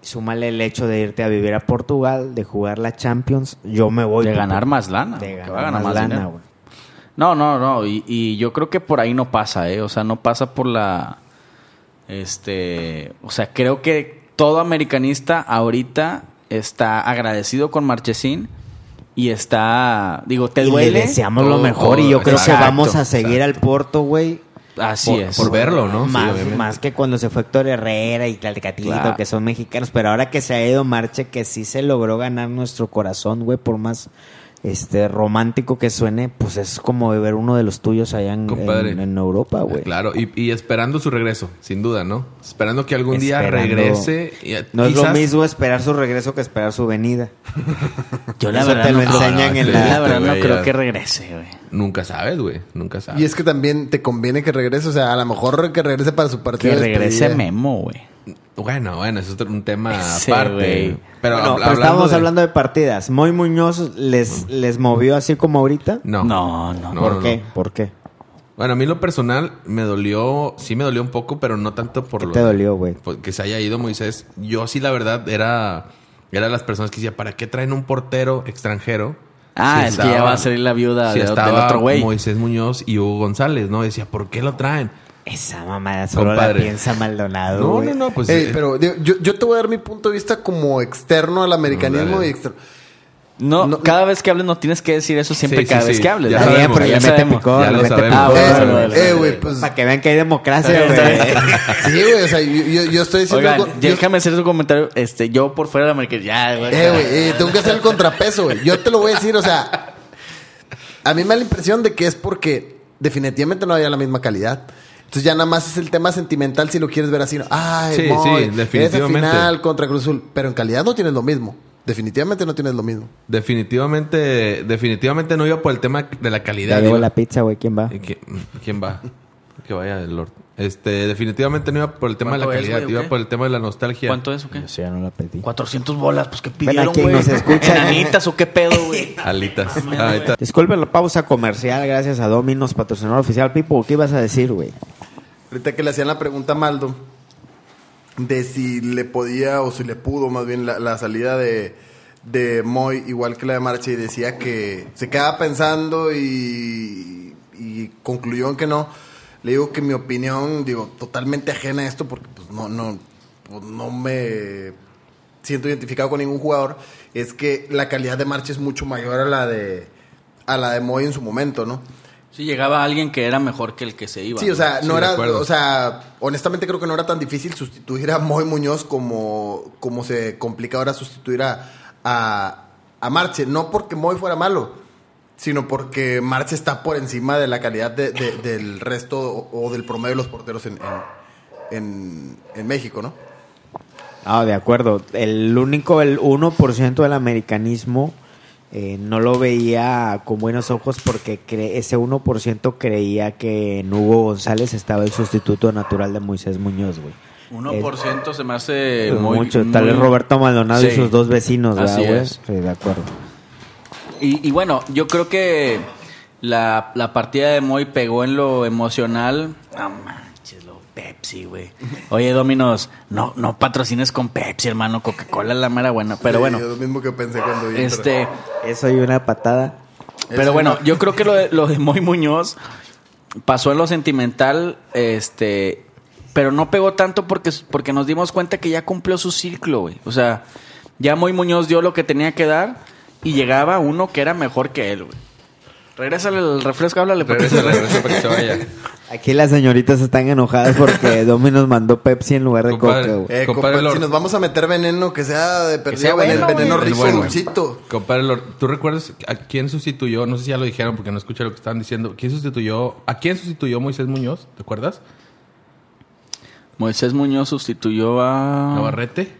Speaker 1: Súmale el hecho de irte a vivir a Portugal, de jugar la Champions. Yo me voy.
Speaker 3: de
Speaker 1: Pipo.
Speaker 3: ganar más lana.
Speaker 1: De
Speaker 3: que va a
Speaker 1: ganar
Speaker 3: ganar
Speaker 1: más
Speaker 3: más
Speaker 1: lana,
Speaker 3: dinero.
Speaker 1: güey.
Speaker 3: No, no, no. Y, y yo creo que por ahí no pasa, ¿eh? O sea, no pasa por la. Este. O sea, creo que todo americanista ahorita está agradecido con Marchesín y está. Digo, ¿te
Speaker 1: Y
Speaker 3: duele?
Speaker 1: Le deseamos lo
Speaker 2: Todo,
Speaker 1: mejor y yo
Speaker 2: todo,
Speaker 1: creo que
Speaker 2: exacto,
Speaker 1: vamos a seguir al Porto, güey.
Speaker 3: Así
Speaker 2: por,
Speaker 3: es.
Speaker 2: por verlo, ¿no? Sí,
Speaker 1: Más,
Speaker 2: obviamente.
Speaker 1: más que cuando se fue Héctor Herrera y Tlaltecatito,
Speaker 3: Claro.
Speaker 1: que son mexicanos. Pero ahora que se ha ido Marche, que sí se logró ganar nuestro corazón, güey, por más este romántico que suene, pues es como ver uno de los tuyos allá en,
Speaker 2: Compadre.
Speaker 1: en- en Europa, Ah, güey.
Speaker 2: Claro, y, y esperando su regreso, sin duda, ¿no? Esperando que algún día
Speaker 1: Esperando-
Speaker 2: regrese. y, eh,
Speaker 1: No es lo
Speaker 2: quizás-
Speaker 1: mismo esperar su regreso que esperar su venida.
Speaker 3: Yo la
Speaker 1: Eso
Speaker 3: verdad,
Speaker 1: te lo
Speaker 3: no, creo-
Speaker 1: enseñan
Speaker 3: no,
Speaker 1: en
Speaker 3: yo
Speaker 1: la-
Speaker 3: la verdad no
Speaker 2: güey,
Speaker 3: creo
Speaker 2: ya.
Speaker 3: que regrese, güey.
Speaker 2: Nunca sabes, güey. Nunca sabes.
Speaker 5: Y es que también te conviene que regrese, o sea, a lo mejor que regrese para su partido.
Speaker 3: Que
Speaker 5: de
Speaker 3: regrese
Speaker 5: despedida.
Speaker 3: Memo, güey.
Speaker 2: Bueno, bueno, es otro, un tema
Speaker 3: Ese,
Speaker 2: aparte.
Speaker 3: güey.
Speaker 2: Pero,
Speaker 1: Bueno,
Speaker 2: hab-
Speaker 1: pero estábamos
Speaker 2: de- Mm.
Speaker 1: hablando de partidas. Moy Muñoz les, les movió así como ahorita.
Speaker 2: No.
Speaker 3: No, no.
Speaker 2: No,
Speaker 1: ¿Por
Speaker 2: no,
Speaker 1: qué?
Speaker 2: no.
Speaker 1: ¿Por qué?
Speaker 2: Bueno, a mí en lo personal me dolió, sí me dolió un poco, pero no tanto por
Speaker 1: ¿Qué
Speaker 2: lo
Speaker 1: te dolió, güey?
Speaker 2: por- que se haya ido Moisés. Yo sí la verdad era era de las personas que decía, ¿para qué traen un portero extranjero?
Speaker 3: Ah,
Speaker 2: Si
Speaker 3: es que ya va a salir la viuda
Speaker 2: si
Speaker 3: de-
Speaker 2: estaba
Speaker 3: del otro güey.
Speaker 2: Moisés Muñoz y Hugo González, ¿no? Decía, ¿por qué lo traen?
Speaker 1: Esa mamada solo
Speaker 2: Compadre.
Speaker 1: la piensa Maldonado.
Speaker 2: No,
Speaker 1: Ah, güey.
Speaker 2: no, no, pues
Speaker 5: Ey,
Speaker 2: eh,
Speaker 5: pero digo, yo, yo te voy a dar mi punto de vista como externo al americanismo
Speaker 2: Dale.
Speaker 5: y externo.
Speaker 3: No,
Speaker 5: No.
Speaker 3: cada vez que hables no tienes que decir eso siempre
Speaker 2: Sí, sí,
Speaker 3: cada
Speaker 2: sí.
Speaker 3: vez que hables.
Speaker 2: Ya
Speaker 3: ¿no?
Speaker 2: sabemos,
Speaker 3: pero
Speaker 2: ya
Speaker 3: ya
Speaker 1: mete
Speaker 3: sabemos.
Speaker 1: picor,
Speaker 2: Ya lo
Speaker 1: mete
Speaker 2: sabemos.
Speaker 1: picor.
Speaker 3: Ah,
Speaker 5: Eh,
Speaker 3: bueno,
Speaker 5: güey,
Speaker 3: bueno, bueno,
Speaker 5: eh, güey,
Speaker 3: bueno.
Speaker 5: pues.
Speaker 1: Para que vean que hay democracia,
Speaker 3: Está bien, está
Speaker 1: güey.
Speaker 3: bien.
Speaker 5: Sí, güey, o sea, yo, yo- yo estoy diciendo.
Speaker 3: Oigan,
Speaker 5: yo-
Speaker 3: déjame hacer su comentario. Este, yo por fuera de la América. Ya, güey.
Speaker 5: Eh, güey, eh, tengo que hacer el contrapeso, güey. Yo te lo voy a decir, o sea, a mí me da la impresión de que es porque definitivamente no había la misma calidad. Entonces ya nada más es el tema sentimental si lo quieres ver así. ¿no? Ay,
Speaker 2: Sí,
Speaker 5: Moy,
Speaker 2: sí,
Speaker 5: Esa
Speaker 2: definitivamente.
Speaker 5: final contra Cruz Azul. Pero en calidad no tienes lo mismo. Definitivamente no tienes lo mismo.
Speaker 2: definitivamente definitivamente no iba por el tema de la
Speaker 1: Ya
Speaker 2: calidad.
Speaker 1: llegó
Speaker 2: iba-
Speaker 1: la pizza, güey. ¿Quién va?
Speaker 2: Eh, ¿qui- ¿Quién va? Que vaya el Lord. Este, definitivamente no iba por el tema de la
Speaker 3: ¿Cuánto es,
Speaker 2: calidad,
Speaker 3: güey, o
Speaker 2: iba
Speaker 3: qué?
Speaker 2: por el tema de la nostalgia.
Speaker 3: ¿Cuánto es o qué?
Speaker 1: Yo sí, ya no la pedí.
Speaker 3: 400 bolas, pues qué
Speaker 1: Bueno,
Speaker 3: pidieron,
Speaker 1: a quien
Speaker 3: güey.
Speaker 1: nos ¿eh? escucha, ¿no?
Speaker 3: Enanitas o qué pedo, güey.
Speaker 2: Alitas. Ah, ahí está.
Speaker 1: Disculpen la pausa comercial, gracias a Dominos, patrocinador oficial. Pipo, ¿qué ibas a decir, güey?
Speaker 5: Ahorita que le hacían la pregunta a Maldo de si le podía o si le pudo más bien la, la salida de, de Moy igual que la de Marcha y decía que se quedaba pensando y, y concluyó en que no. Le digo que mi opinión, digo, totalmente ajena a esto porque pues no, no, pues, no me siento identificado con ningún jugador, es que la calidad de Marcha es mucho mayor a la de, a la de Moy en su momento, ¿no?
Speaker 3: Si llegaba alguien que era mejor que el que se iba.
Speaker 5: Sí, o sea,
Speaker 2: Sí,
Speaker 5: no
Speaker 2: de
Speaker 5: era,
Speaker 2: acuerdo.
Speaker 5: o sea, honestamente creo que no era tan difícil sustituir a Moy Muñoz como, como se complica ahora sustituir a, a, a Marche. No porque Moy fuera malo, sino porque Marche está por encima de la calidad de- de- del resto o, o del promedio de los porteros en, en, en- en México, ¿no?
Speaker 1: Ah, de acuerdo. El único, el 1% del americanismo eh, no lo veía con buenos ojos porque cre- ese 1% creía que en Hugo González estaba el sustituto natural de Moisés Muñoz, güey.
Speaker 3: 1% se me hace
Speaker 1: Eh,
Speaker 3: muy,
Speaker 1: mucho, tal
Speaker 3: muy-
Speaker 1: vez Roberto Maldonado y
Speaker 3: Sí.
Speaker 1: sus dos vecinos, ¿verdad,
Speaker 3: Así
Speaker 1: güey?
Speaker 3: es.
Speaker 1: Sí, de acuerdo.
Speaker 3: Y, y bueno, yo creo que la, la partida de Moy pegó en lo emocional. No manches, lo Pepsi, güey. Oye, Dominos, no, no patrocines con Pepsi, hermano. Coca-Cola es la mera buena. Pero
Speaker 5: Sí,
Speaker 3: bueno,
Speaker 5: yo lo mismo que pensé cuando vi, pero-
Speaker 3: este.
Speaker 1: Eso y una patada.
Speaker 3: Pero
Speaker 5: Eso
Speaker 3: bueno,
Speaker 5: no.
Speaker 3: yo creo que lo de, lo de Moy Muñoz pasó en lo sentimental, este, pero no pegó tanto porque, porque nos dimos cuenta que ya cumplió su ciclo, güey. O sea, ya Moy Muñoz dio lo que tenía que dar y llegaba uno que era mejor que él, güey. Regrésale el refresco, háblale. porque-
Speaker 2: Regresa, regresa para que se vaya.
Speaker 1: Aquí las señoritas están enojadas porque Dominos mandó Pepsi en lugar de
Speaker 2: Compadre.
Speaker 1: Coca, güey.
Speaker 5: Eh,
Speaker 2: Compadre
Speaker 5: compadre,
Speaker 2: Lord.
Speaker 5: si nos vamos a meter veneno, que sea de perdido,
Speaker 3: sea
Speaker 5: veneno,
Speaker 3: bueno,
Speaker 5: veneno
Speaker 3: güey.
Speaker 5: rico,
Speaker 2: El bueno.
Speaker 5: dulcito.
Speaker 2: Compadre Lord, ¿tú recuerdas a quién sustituyó? No sé si ya lo dijeron porque no escuché lo que estaban diciendo. ¿Quién sustituyó? ¿A quién sustituyó Moisés Muñoz? ¿Te acuerdas?
Speaker 3: Moisés Muñoz sustituyó a...
Speaker 2: ¿Navarrete?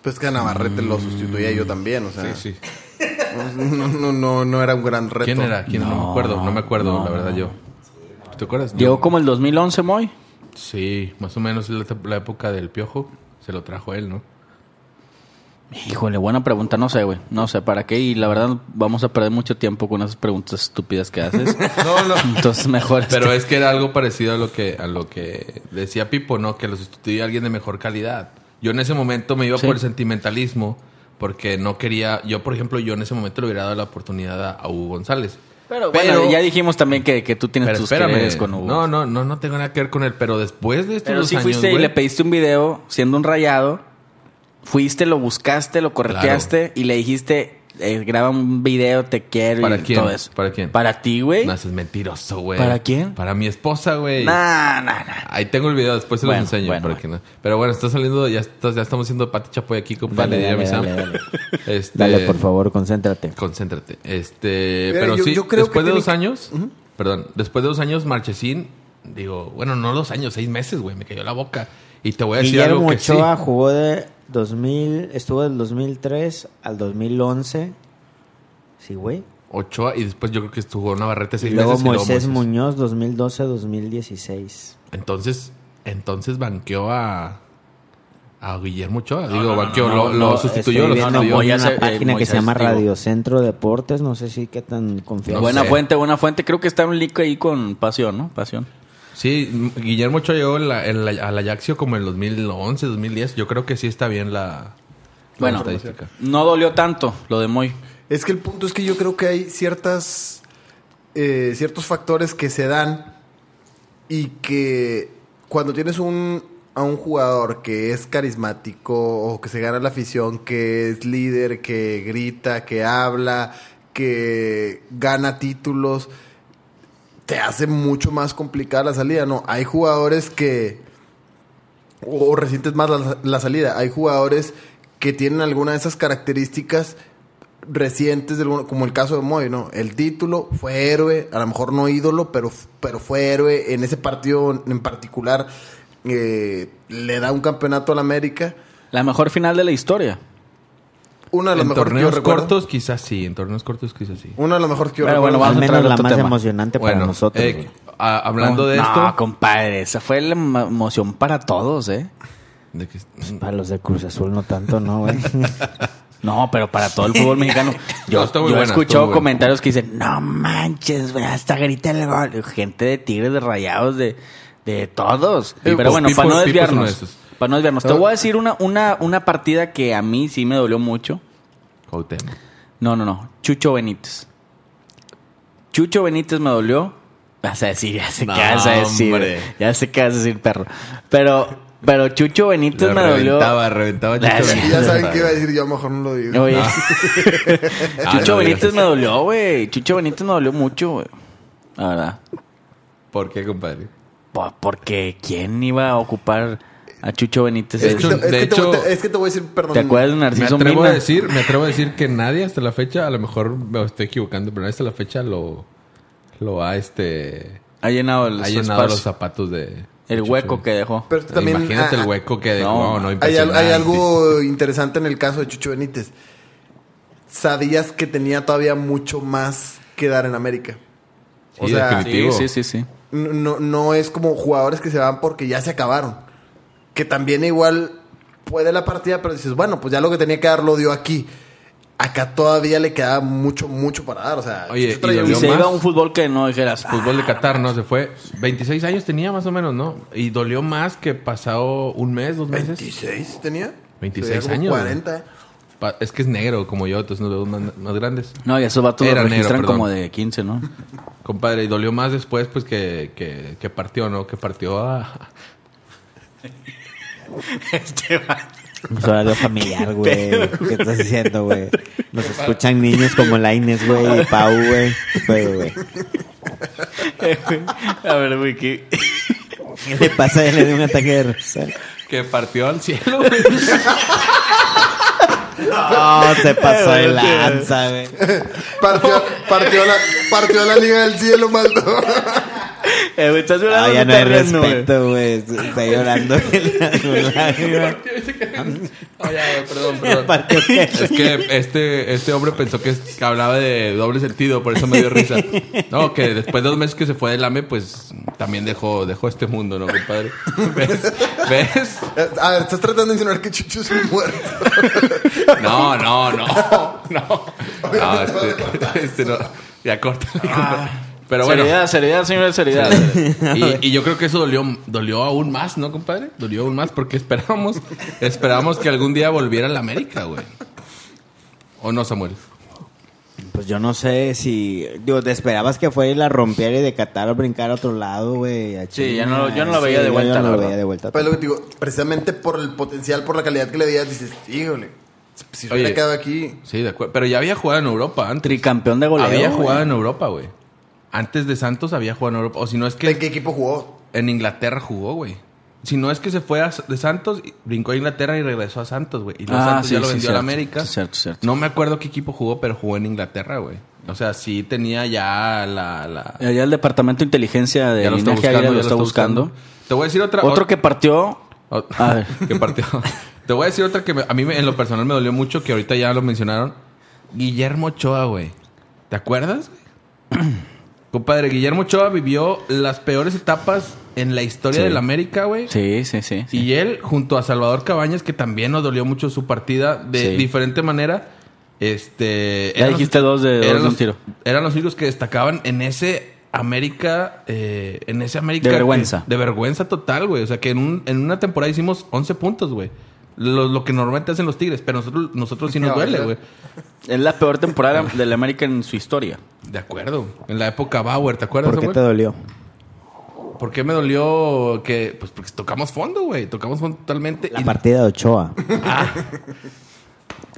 Speaker 5: Pues que a Navarrete lo sustituía yo también, o sea.
Speaker 2: Sí, sí.
Speaker 5: No, no, no, no era un gran reto.
Speaker 2: ¿Quién era? ¿Quién? No, me acuerdo, no me acuerdo, la verdad yo. ¿Te acuerdas?
Speaker 3: Llegó
Speaker 2: Yo-
Speaker 3: como el 2011, Moy.
Speaker 2: Sí, más o menos la, la época del piojo. Se lo trajo él, ¿no?
Speaker 3: Híjole, buena pregunta, no sé, güey. No sé para qué. Y la verdad, vamos a perder mucho tiempo con esas preguntas estúpidas que haces.
Speaker 2: No, no.
Speaker 3: Entonces, mejor. este,
Speaker 2: Pero es que era algo parecido a lo que a lo que decía Pipo, ¿no? Que lo sustituía alguien de mejor calidad. Yo en ese momento me iba
Speaker 3: Sí.
Speaker 2: por el sentimentalismo porque no quería. Yo, por ejemplo, yo en ese momento le hubiera dado la oportunidad a, a Hugo González.
Speaker 3: Pero, bueno, ya dijimos también que, que tú tienes
Speaker 2: pero
Speaker 3: tus
Speaker 2: espérame.
Speaker 3: quereres con Hugo.
Speaker 2: No, no, no, no tengo nada que ver con él. Pero después de estos
Speaker 3: Pero
Speaker 2: dos
Speaker 3: si
Speaker 2: años,
Speaker 3: fuiste y
Speaker 2: güey,
Speaker 3: le pediste un video siendo un rayado, fuiste, lo buscaste, lo correteaste y le dijiste, eh, graba un video, te quiero
Speaker 2: ¿Para
Speaker 3: y
Speaker 2: quién?
Speaker 3: todo eso.
Speaker 2: ¿Para quién?
Speaker 3: Para ti, güey.
Speaker 2: No, ese es mentiroso, güey.
Speaker 3: ¿Para quién?
Speaker 2: Para mi esposa, güey.
Speaker 3: Nah, nah, nah.
Speaker 2: Ahí tengo el video, después se
Speaker 3: Bueno,
Speaker 2: los enseño.
Speaker 3: bueno,
Speaker 2: para
Speaker 3: bueno.
Speaker 2: que no- Pero bueno, está saliendo, ya, está- ya estamos haciendo Pati Chapoy aquí, compadre.
Speaker 3: Dale,
Speaker 2: diría
Speaker 3: dale,
Speaker 2: mi Sam.
Speaker 3: dale, dale.
Speaker 2: Este,
Speaker 3: Dale, por favor, concéntrate.
Speaker 2: Concéntrate. Este,
Speaker 5: Mira,
Speaker 2: pero
Speaker 5: yo-
Speaker 2: sí,
Speaker 5: yo creo
Speaker 2: después de
Speaker 5: que tiene
Speaker 2: dos
Speaker 5: que-
Speaker 2: años, perdón, después de dos años, Marchesín, digo, bueno, no dos años, seis meses, güey, me cayó la boca. Y te voy a decir
Speaker 1: Guillermo
Speaker 2: algo que
Speaker 1: Ochoa
Speaker 2: sí.
Speaker 1: jugó de 2000, estuvo del 2003 al 2011. Sí, güey.
Speaker 2: Ochoa, y después yo creo que estuvo Navarrete
Speaker 1: Y
Speaker 2: seis
Speaker 1: luego
Speaker 2: meses. y luego
Speaker 1: Moisés
Speaker 2: Moisés.
Speaker 1: Muñoz 2012-2016.
Speaker 2: Entonces, entonces banqueó a, a Guillermo Ochoa. Digo,
Speaker 3: no, no,
Speaker 2: banqueó,
Speaker 3: no,
Speaker 2: lo,
Speaker 3: no,
Speaker 2: lo
Speaker 3: no,
Speaker 2: sustituyó, lo
Speaker 3: estoy viendo
Speaker 2: sustituyó.
Speaker 3: voy a
Speaker 1: una
Speaker 3: hacer, eh,
Speaker 1: página que
Speaker 3: Moisés,
Speaker 1: se llama
Speaker 3: digo.
Speaker 1: Radiocentro Deportes, no sé si qué tan
Speaker 2: No
Speaker 1: confiable.
Speaker 3: buena
Speaker 2: sé.
Speaker 3: fuente, buena fuente. Creo que está un link ahí con pasión, ¿no? Pasión.
Speaker 2: Sí, Guillermo Ochoa llegó en la, en la- al Ajaxio como en 2011, 2010. Yo creo que sí está bien la, la
Speaker 3: Bueno,
Speaker 2: estadística.
Speaker 3: no dolió tanto lo de Moy.
Speaker 5: Es que el punto es que yo creo que hay ciertas eh, ciertos factores que se dan y que cuando tienes un a un jugador que es carismático o que se gana la afición, que es líder, que grita, que habla, que gana títulos, te hace mucho más complicada la salida, ¿no? Hay jugadores que... O, o resientes más la, la salida. Hay jugadores que tienen alguna de esas características recientes, de alguno- como el caso de Moy, ¿no? El título fue héroe, a lo mejor no ídolo, pero, pero fue héroe. En ese partido en particular eh, le da un campeonato al América.
Speaker 3: La mejor final de la historia.
Speaker 5: Uno de los
Speaker 2: En
Speaker 5: mejores que yo
Speaker 2: torneos
Speaker 5: recuerdo.
Speaker 2: cortos, quizás sí. En torneos cortos, quizás sí.
Speaker 5: Uno de los mejores que yo
Speaker 3: Pero
Speaker 5: recuerdo.
Speaker 3: bueno,
Speaker 1: Al
Speaker 3: vamos a
Speaker 1: menos
Speaker 3: traer
Speaker 1: la
Speaker 3: otro
Speaker 1: más
Speaker 3: tema.
Speaker 1: emocionante para nosotros.
Speaker 2: eh,
Speaker 1: güey.
Speaker 2: a- hablando de
Speaker 3: no,
Speaker 2: esto.
Speaker 3: compadre, esa fue la emo- emoción para todos, ¿eh?
Speaker 2: de que- mm,
Speaker 1: Para los de Cruz Azul no tanto, no, güey.
Speaker 3: No, pero para todo el fútbol mexicano. Yo,
Speaker 2: No, está muy
Speaker 3: yo he
Speaker 2: buena, está muy
Speaker 3: escuchado
Speaker 2: buena.
Speaker 3: comentarios que dicen, no manches, güey, hasta grita el gol. Gente de Tigres, de Rayados, de, de todos.
Speaker 2: Eh,
Speaker 3: pero
Speaker 2: pues,
Speaker 3: bueno,
Speaker 2: Pipo-
Speaker 3: para no
Speaker 2: Pipo es uno de
Speaker 3: desviarnos.
Speaker 2: esos. Ah.
Speaker 3: para no desviarnos. Te
Speaker 5: No.
Speaker 3: voy a decir una, una, una partida que a mí sí me dolió mucho.
Speaker 2: Cuauhtémoc.
Speaker 3: No, no, no. Chucho Benítez. Chucho Benítez me dolió. Vas a decir, ya sé
Speaker 2: No,
Speaker 3: qué vas a decir.
Speaker 2: hombre.
Speaker 3: Ya sé qué vas a decir, perro. Pero, pero Chucho Benítez
Speaker 2: Lo
Speaker 3: me dolió.
Speaker 2: reventaba, reventaba Chucho
Speaker 3: Gracias.
Speaker 2: Benítez.
Speaker 5: Ya saben qué iba a decir, yo a lo mejor no lo digo.
Speaker 3: Oye,
Speaker 2: Ah,
Speaker 3: Chucho
Speaker 2: no,
Speaker 3: Benítez
Speaker 2: gracias.
Speaker 3: me dolió, güey. Chucho Benítez me dolió mucho, güey. La verdad.
Speaker 2: ¿Por qué, compadre?
Speaker 3: Po- Porque ¿quién iba a ocupar a Chucho Benítez?
Speaker 5: Es
Speaker 2: De
Speaker 5: que,
Speaker 2: hecho-
Speaker 5: te, es
Speaker 2: de
Speaker 5: que te voy-
Speaker 2: hecho-
Speaker 5: te- es que te voy a decir, perdón.
Speaker 3: ¿Te acuerdas de
Speaker 2: Me
Speaker 3: Narciso
Speaker 2: atrevo,
Speaker 3: Mina?
Speaker 2: a decir, me atrevo a decir que nadie hasta la fecha, a lo mejor me estoy equivocando, pero nadie hasta la fecha lo, lo ha, este,
Speaker 3: Ha llenado el
Speaker 2: ha
Speaker 3: su
Speaker 2: llenado
Speaker 3: espacio,
Speaker 2: los zapatos de...
Speaker 3: el
Speaker 2: de
Speaker 3: hueco
Speaker 2: Chucho.
Speaker 3: que dejó.
Speaker 5: Pero también,
Speaker 2: Imagínate
Speaker 5: ah,
Speaker 2: el hueco que dejó.
Speaker 3: no,
Speaker 2: No, no,
Speaker 5: Hay, al- hay
Speaker 2: impresionante.
Speaker 5: algo interesante en el caso de Chucho Benítez. Sabías que tenía todavía mucho más que dar en América. O
Speaker 2: Sí,
Speaker 5: sea,
Speaker 2: definitivo.
Speaker 3: Sí, sí, sí, sí.
Speaker 5: n- no, no es como jugadores que se van porque ya se acabaron. Que también igual puede la partida, pero dices, bueno, pues ya lo que tenía que dar lo dio aquí. Acá todavía le quedaba mucho, mucho para dar. O sea,
Speaker 2: Oye,
Speaker 5: Chucho traía
Speaker 2: y
Speaker 5: un-
Speaker 3: Y
Speaker 2: dolió
Speaker 3: se
Speaker 2: más.
Speaker 3: iba a un fútbol que no dijeras.
Speaker 2: Fútbol de Qatar, ¿no? Se fue. 26 años tenía más o menos, ¿no? Y dolió más que pasado un mes, dos meses.
Speaker 5: ¿26 tenía?
Speaker 2: 26
Speaker 5: Tenía como
Speaker 2: años,
Speaker 5: 40.
Speaker 2: Pa- Es que es negro como yo, entonces nos vemos más, más grandes.
Speaker 3: No, y esos vatos lo
Speaker 2: Era negro,
Speaker 3: registran
Speaker 2: perdón.
Speaker 3: como de 15, ¿no?
Speaker 2: Compadre, y dolió más después pues que, que, que partió, ¿no? Que partió a...
Speaker 1: Es horario familiar, güey. ¿Qué estás haciendo, güey? Nos escuchan niños como la Inés, güey, y Pau, güey. Güey, güey.
Speaker 3: a ver, güey, ¿qué?
Speaker 1: ¿Qué le pasa? Le dio un ataque de risa.
Speaker 2: Que partió al cielo, güey.
Speaker 3: Ah,
Speaker 1: No, se pasó de lanza, güey.
Speaker 5: Partió, partió, la, partió la Liga del Cielo, maldo.
Speaker 3: Eh, güey, estás
Speaker 1: Ah,
Speaker 3: llorando.
Speaker 1: ya
Speaker 3: te
Speaker 1: no hay
Speaker 3: rías, güey?
Speaker 1: respeto, güey. Está llorando.
Speaker 2: No, ya, güey, perdón, perdón.
Speaker 1: Partió que-
Speaker 2: Es que este, este hombre pensó que, es- que hablaba de doble sentido, por eso me dio risa. No, que después de dos meses que se fue del AME, pues también dejó, dejó este mundo, ¿no, compadre? ¿Ves? ¿Ves?
Speaker 5: A ver, estás tratando de insinuar que Chucho es un muerto.
Speaker 2: No, no, no. No. No, este, este no. Ya corta. Pero bueno.
Speaker 3: Seriedad, seriedad, señores, seriedad.
Speaker 2: Y, y yo creo que eso dolió, dolió aún más, ¿no, compadre? Dolió aún más porque esperábamos, esperábamos que algún día volviera a la América, güey. ¿O no, Samuel?
Speaker 1: Pues yo no sé si. Digo, te esperabas que fuera y la rompiera y de Qatar brincar a otro lado, güey. a
Speaker 3: Sí,
Speaker 1: China,
Speaker 3: yo no lo- yo no lo veía de
Speaker 1: yo
Speaker 3: vuelta,
Speaker 1: no
Speaker 3: la
Speaker 1: lo
Speaker 3: verdad.
Speaker 1: veía de vuelta.
Speaker 5: Pues lo que te digo, precisamente por el potencial, por la calidad que le veías, dices, híjole, Si
Speaker 2: Oye.
Speaker 5: hubiera quedado aquí.
Speaker 2: Sí, de acuerdo. Pero ya había jugado en Europa antes.
Speaker 3: Tricampeón de goleo.
Speaker 2: había
Speaker 3: güey.
Speaker 2: jugado en Europa, güey. Antes de Santos había jugado en Europa. O si no es que
Speaker 5: ¿En qué equipo jugó?
Speaker 2: en Inglaterra jugó, güey. Si no es que se fue a- de Santos, y brincó a Inglaterra y regresó a Santos, güey. Y luego
Speaker 3: Ah,
Speaker 2: Santos
Speaker 3: sí,
Speaker 2: ya lo
Speaker 3: sí,
Speaker 2: vendió a la
Speaker 3: cierto.
Speaker 2: América.
Speaker 3: Sí, cierto, cierto.
Speaker 2: No me acuerdo qué equipo jugó, pero jugó en Inglaterra, güey. O sea, sí tenía ya la... la-
Speaker 3: Y Allá el departamento de inteligencia de
Speaker 2: ya lo está
Speaker 3: Linaje
Speaker 2: buscando.
Speaker 3: Águila
Speaker 2: ya
Speaker 3: lo está buscando.
Speaker 2: Te voy a decir otra...
Speaker 3: Otro que partió.
Speaker 2: Ot-
Speaker 3: A ver.
Speaker 2: ¿Qué partido? Te voy a decir otra que me- a mí me- en lo personal me dolió mucho, que ahorita ya lo mencionaron. Guillermo Ochoa, güey. ¿Te acuerdas? güey? Compadre, Guillermo Ochoa vivió las peores etapas en la historia
Speaker 3: Sí.
Speaker 2: del América, güey.
Speaker 3: Sí, sí, sí. sí.
Speaker 2: Y él, junto a Salvador Cabañas, que también nos dolió mucho su partida de
Speaker 3: Sí.
Speaker 2: diferente manera. Este.
Speaker 3: Ya
Speaker 2: eran
Speaker 3: dijiste dos de- dos de
Speaker 2: eran
Speaker 3: un
Speaker 2: los-
Speaker 3: tiro.
Speaker 2: Eran los únicos que destacaban en ese América. eh, en ese América.
Speaker 3: De
Speaker 2: que-
Speaker 3: vergüenza.
Speaker 2: de vergüenza total, güey. O sea, que en, un- en una temporada hicimos 11 puntos, güey. Lo, lo que normalmente hacen los Tigres. Pero nosotros, nosotros sí nos
Speaker 5: No,
Speaker 2: duele,
Speaker 5: ¿verdad?
Speaker 2: güey.
Speaker 3: Es la peor temporada del América en su historia.
Speaker 2: De acuerdo. En la época Bauer, ¿te acuerdas,
Speaker 1: ¿Por qué
Speaker 2: güey?
Speaker 1: te dolió?
Speaker 2: ¿Por qué me dolió que. Pues porque tocamos fondo, güey. Tocamos fondo totalmente.
Speaker 1: La
Speaker 2: y-
Speaker 1: partida de Ochoa.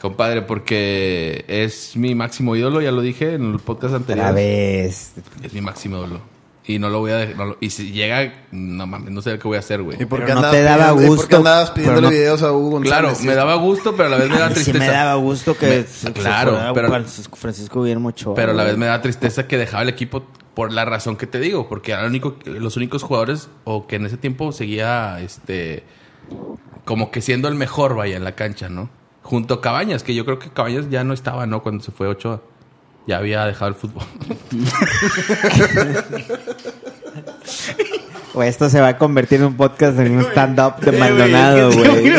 Speaker 2: Compadre, porque es mi máximo ídolo, ya lo dije en el podcast
Speaker 1: Otra
Speaker 2: anterior.
Speaker 1: vez.
Speaker 2: Es mi máximo ídolo. Y no lo voy a dejar. y si llega, no mames, no sé qué voy a hacer, güey.
Speaker 5: ¿Y por
Speaker 1: Pero
Speaker 5: qué
Speaker 1: no
Speaker 5: andabas
Speaker 1: te daba
Speaker 5: pidiendo- y por qué
Speaker 1: gusto,
Speaker 5: andabas
Speaker 1: pero
Speaker 5: pidiéndole
Speaker 1: no-
Speaker 5: videos a Hugo González?
Speaker 2: Claro, me daba gusto, pero a la vez Pues me da
Speaker 1: A mí sí
Speaker 2: tristeza.
Speaker 1: me daba gusto que
Speaker 2: Me-
Speaker 1: se- se
Speaker 2: claro,
Speaker 1: fuera
Speaker 2: pero-
Speaker 1: Francisco, Francisco Guillermo Ochoa.
Speaker 2: Pero a la
Speaker 1: güey.
Speaker 2: vez me da tristeza que dejaba el equipo por la razón que te digo, porque eran los únicos jugadores o que en ese tiempo seguía este como que siendo el mejor vaya en la cancha, ¿no? Junto a Cabañas, que yo creo que Cabañas ya no estaba, ¿no? Cuando se fue Ochoa. Ya había dejado el fútbol.
Speaker 1: Güey, esto se va a convertir en un podcast en un stand-up de Maldonado, güey.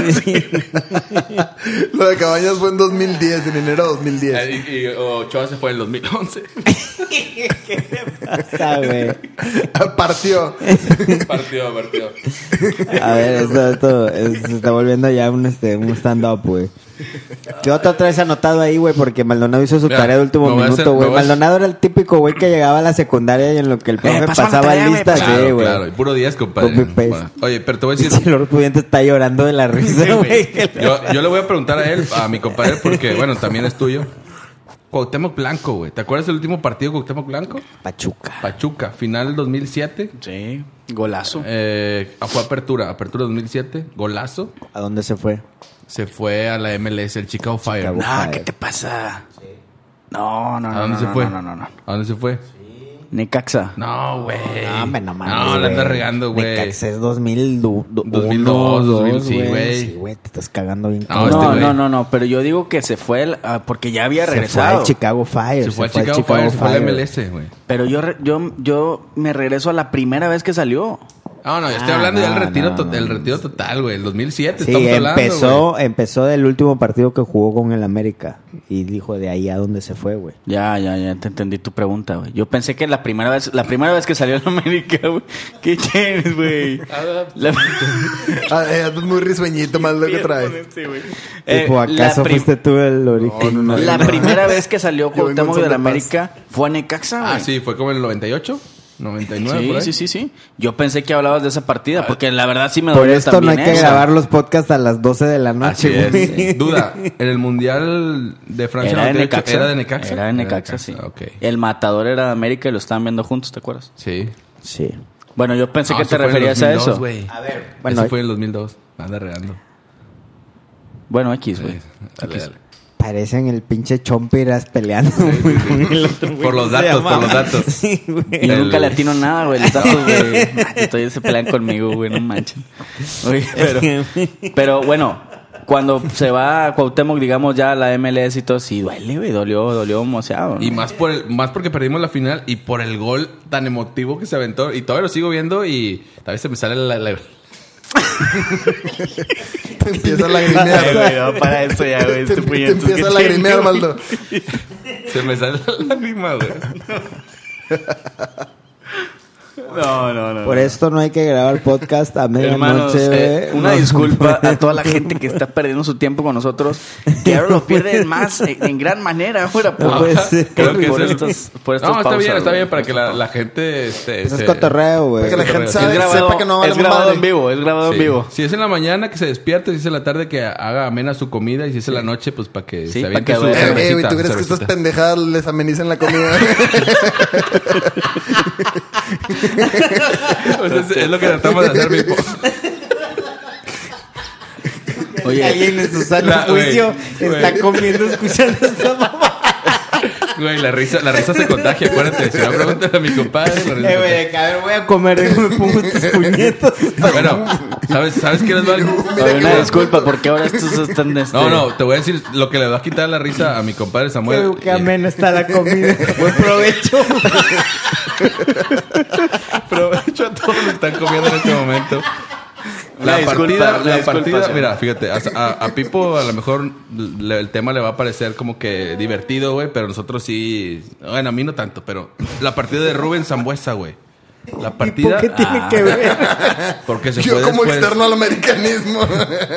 Speaker 5: Lo de Cabañas fue en 2010, en enero de 2010.
Speaker 2: Eh, y, y Ochoa se fue en el 2011.
Speaker 1: Está, güey.
Speaker 5: Partió.
Speaker 2: partido, partido.
Speaker 1: A ver, esto, esto, es- se está volviendo ya un, este, un stand-up, güey. ¿Qué otra vez anotado ahí, güey? Porque Maldonado hizo su
Speaker 2: Mira,
Speaker 1: tarea de último
Speaker 2: me voy a hacer-
Speaker 1: minuto, güey.
Speaker 2: me voy a hacer- Eh,
Speaker 1: Maldonado era el típico güey que llegaba a la secundaria y en lo que el profe
Speaker 3: pásame la
Speaker 1: pasaba
Speaker 3: tarea, güey,
Speaker 1: listas,
Speaker 2: Claro,
Speaker 1: sí, güey.
Speaker 2: claro. Y puro 10, compadre.
Speaker 1: Copy paste.
Speaker 2: Bueno, Oye, pero te voy a
Speaker 1: Y
Speaker 2: decir...
Speaker 1: el estudiante está llorando de la risa, güey. que le-
Speaker 2: Yo, yo le voy a preguntar a él, a mi compadre, porque, bueno, también es tuyo. Cuauhtémoc Blanco, güey. ¿Te acuerdas del último partido de Cuauhtémoc Blanco?
Speaker 1: Pachuca.
Speaker 2: Pachuca, final 2007.
Speaker 3: Sí, golazo.
Speaker 2: Eh, fue apertura, apertura 2007. Golazo.
Speaker 1: ¿A dónde se fue?
Speaker 2: Se fue a la MLS, el Chicago Fire.
Speaker 1: Chicago.
Speaker 2: Nah,
Speaker 3: Ah,
Speaker 1: Joder.
Speaker 3: ¿qué te pasa? No, no, no.
Speaker 2: ¿A dónde
Speaker 3: no,
Speaker 2: se
Speaker 3: no,
Speaker 2: fue?
Speaker 3: No, no, no.
Speaker 2: ¿A dónde se fue?
Speaker 3: Necaxa.
Speaker 2: No, güey.
Speaker 1: No, Ah, hombre, no mames.
Speaker 2: No, la
Speaker 1: güey.
Speaker 2: andas regando, güey.
Speaker 1: Necaxa es 2000, du- du-
Speaker 2: 2002,
Speaker 1: 2002,
Speaker 2: 2000, sí, güey.
Speaker 1: güey. Sí, güey, te estás cagando bien.
Speaker 2: No,
Speaker 3: No,
Speaker 1: cabrón.
Speaker 2: este
Speaker 3: no,
Speaker 2: güey.
Speaker 3: no, no, pero yo digo que se fue el- ah, porque ya había
Speaker 1: Se
Speaker 3: regresado.
Speaker 1: fue al Chicago Fire.
Speaker 2: Se fue a Chicago, Fire, se fue a la MLS, güey.
Speaker 3: pero yo, re- yo, yo me regreso a la primera vez que salió.
Speaker 2: Ah, no, yo estoy
Speaker 1: Ah,
Speaker 2: hablando ya del
Speaker 1: no,
Speaker 2: retiro,
Speaker 1: no,
Speaker 2: to-
Speaker 1: no.
Speaker 2: del retiro total, güey. El 2007
Speaker 1: Sí,
Speaker 2: estamos hablando, güey.
Speaker 1: empezó, empezó del último partido que jugó con el América. Y dijo de ahí a dónde se fue, güey.
Speaker 3: Ya, ya, ya te entendí tu pregunta, güey. Yo pensé que la primera vez, la primera vez que salió en América, güey. Qué tienes, güey. La-
Speaker 5: Ah, eh, andas muy risueñito, más lo que trae.
Speaker 3: Eh,
Speaker 1: Tipo, ¿acaso
Speaker 3: la prim-
Speaker 1: fuiste tú el origen?
Speaker 5: No, no, no,
Speaker 3: La
Speaker 5: no.
Speaker 3: primera vez que salió
Speaker 5: vengo en
Speaker 3: Cuauhtémoc
Speaker 5: son
Speaker 3: de la
Speaker 5: de paz.
Speaker 3: América fue a Necaxa, güey.
Speaker 2: Ah, sí, fue como en el 98, 99, por
Speaker 3: Sí,
Speaker 2: ahí. Ah,
Speaker 3: sí, sí, sí. Yo pensé que hablabas de esa partida, porque la verdad sí me
Speaker 1: Por
Speaker 3: dolió
Speaker 1: esto no hay
Speaker 3: también ¿eh?
Speaker 1: que
Speaker 3: esa.
Speaker 1: grabar los podcasts a las 12 de la
Speaker 2: Así
Speaker 1: noche,
Speaker 2: es.
Speaker 1: güey.
Speaker 2: Ah, Duda, en el Mundial de Francia
Speaker 3: Era de
Speaker 2: 98,
Speaker 3: Necaxa.
Speaker 2: ¿Era de Necaxa?
Speaker 3: Era de Necaxa, sí. Eh,
Speaker 2: Ok.
Speaker 3: El matador era de América y lo estaban viendo juntos, ¿te acuerdas?
Speaker 2: Sí.
Speaker 1: Sí.
Speaker 3: Bueno, yo pensé
Speaker 2: No,
Speaker 3: que
Speaker 2: eso
Speaker 3: te
Speaker 2: Ah, fue en el
Speaker 3: referías a
Speaker 2: 2002,
Speaker 3: eso.
Speaker 2: güey.
Speaker 1: Bueno,
Speaker 2: eso fue en el 2002. Anda regando. Pues,
Speaker 3: Bueno, X, güey.
Speaker 2: Dale, dale.
Speaker 1: parecen el pinche chompiras peleando. güey, con el otro, güey.
Speaker 2: Por los
Speaker 1: ¿Cómo se
Speaker 2: datos, por
Speaker 1: llamaba?
Speaker 2: los datos.
Speaker 1: Sí, güey.
Speaker 3: Y
Speaker 2: El-
Speaker 3: nunca le atino nada, güey. Los datos, güey. Todavía se pelean conmigo, güey. No manchen. Oye, pero, pero bueno, cuando se va a Cuauhtémoc, digamos, ya a la MLS y todo, sí duele, güey. Dolió, dolió moceado. ¿no?
Speaker 2: Y más por el, más porque perdimos la final y por el gol tan emotivo que se aventó. Y todavía lo sigo viendo y tal vez se me sale la, la-
Speaker 5: Empieza a lagrimear.
Speaker 3: para eso ya, güey. este
Speaker 5: Te, te empieza a lagrimear, Maldo.
Speaker 2: se me sale la lágrima, güey.
Speaker 3: No, no, no.
Speaker 1: Por esto no hay que grabar podcast a
Speaker 3: Hermanos,
Speaker 1: medianoche.
Speaker 3: eh,
Speaker 1: güey.
Speaker 3: una
Speaker 1: No.
Speaker 3: disculpa a toda la gente que está perdiendo su tiempo con nosotros, que ahora lo pierden más eh, en gran manera ahora por,
Speaker 1: No, pues,
Speaker 3: eh,
Speaker 1: sí.
Speaker 2: Creo que
Speaker 3: por
Speaker 2: es el-
Speaker 3: estas, por estas
Speaker 2: no, está
Speaker 3: pausas,
Speaker 2: bien, está
Speaker 3: güey.
Speaker 2: bien para que la, la gente este,
Speaker 1: Pues es
Speaker 2: se-
Speaker 1: cotorreo, güey.
Speaker 5: Para que la gente
Speaker 2: Es
Speaker 3: Es
Speaker 5: sabe-
Speaker 3: grabado,
Speaker 5: sepa que no vale
Speaker 3: es grabado
Speaker 5: madre.
Speaker 3: en vivo, es grabado
Speaker 2: Sí.
Speaker 3: en vivo.
Speaker 2: Si es en la mañana que se despierte, si es en la tarde que haga amena su comida y si es en la noche pues para que
Speaker 3: Sí,
Speaker 2: se
Speaker 3: pa'
Speaker 2: aviente
Speaker 3: que
Speaker 2: su
Speaker 3: duerma.
Speaker 5: Eh, güey,
Speaker 2: cervecita,
Speaker 5: ¿tú crees que
Speaker 2: cervecita.
Speaker 5: estas pendejadas les amenizan la comida?
Speaker 2: O sea, Pues, es- es lo que tratamos de hacer, mismo.
Speaker 1: Ahí en su sano
Speaker 2: La- güey,
Speaker 1: juicio
Speaker 2: güey.
Speaker 1: está comiendo, escuchando esta mamá.
Speaker 2: Güey, la risa, la risa se contagia, acuérdate. Si no, pregúntale a mi compadre. la risa se
Speaker 1: Eh, güey, de que, a ver, voy a comer, déjame pongo tus puñetos.
Speaker 2: contagia. Bueno, ¿sabes, ¿sabes qué les va a...
Speaker 3: Oye, una disculpa porque ahora estos están este,
Speaker 2: No, no, te voy a decir lo que le va a quitar la risa a mi compadre Samuel.
Speaker 1: Creo que ameno está la comida. Buen provecho.
Speaker 2: Aprovecho a todos los que están comiendo en este momento.
Speaker 3: La
Speaker 2: La,
Speaker 3: disculpa, la
Speaker 2: partida, la
Speaker 3: disculpa,
Speaker 2: partida-
Speaker 3: señor.
Speaker 2: mira, fíjate, a, a- a Pipo a lo mejor le- el tema le va a parecer como que divertido, güey, pero nosotros sí, bueno, a mí no tanto, pero la partida de Rubén Zambuesa, güey. La
Speaker 1: ¿Y por
Speaker 2: partida
Speaker 1: qué tiene
Speaker 2: Ah,
Speaker 1: que ver?
Speaker 2: porque se
Speaker 5: Yo
Speaker 2: fue
Speaker 5: como
Speaker 2: después-
Speaker 5: externo al americanismo.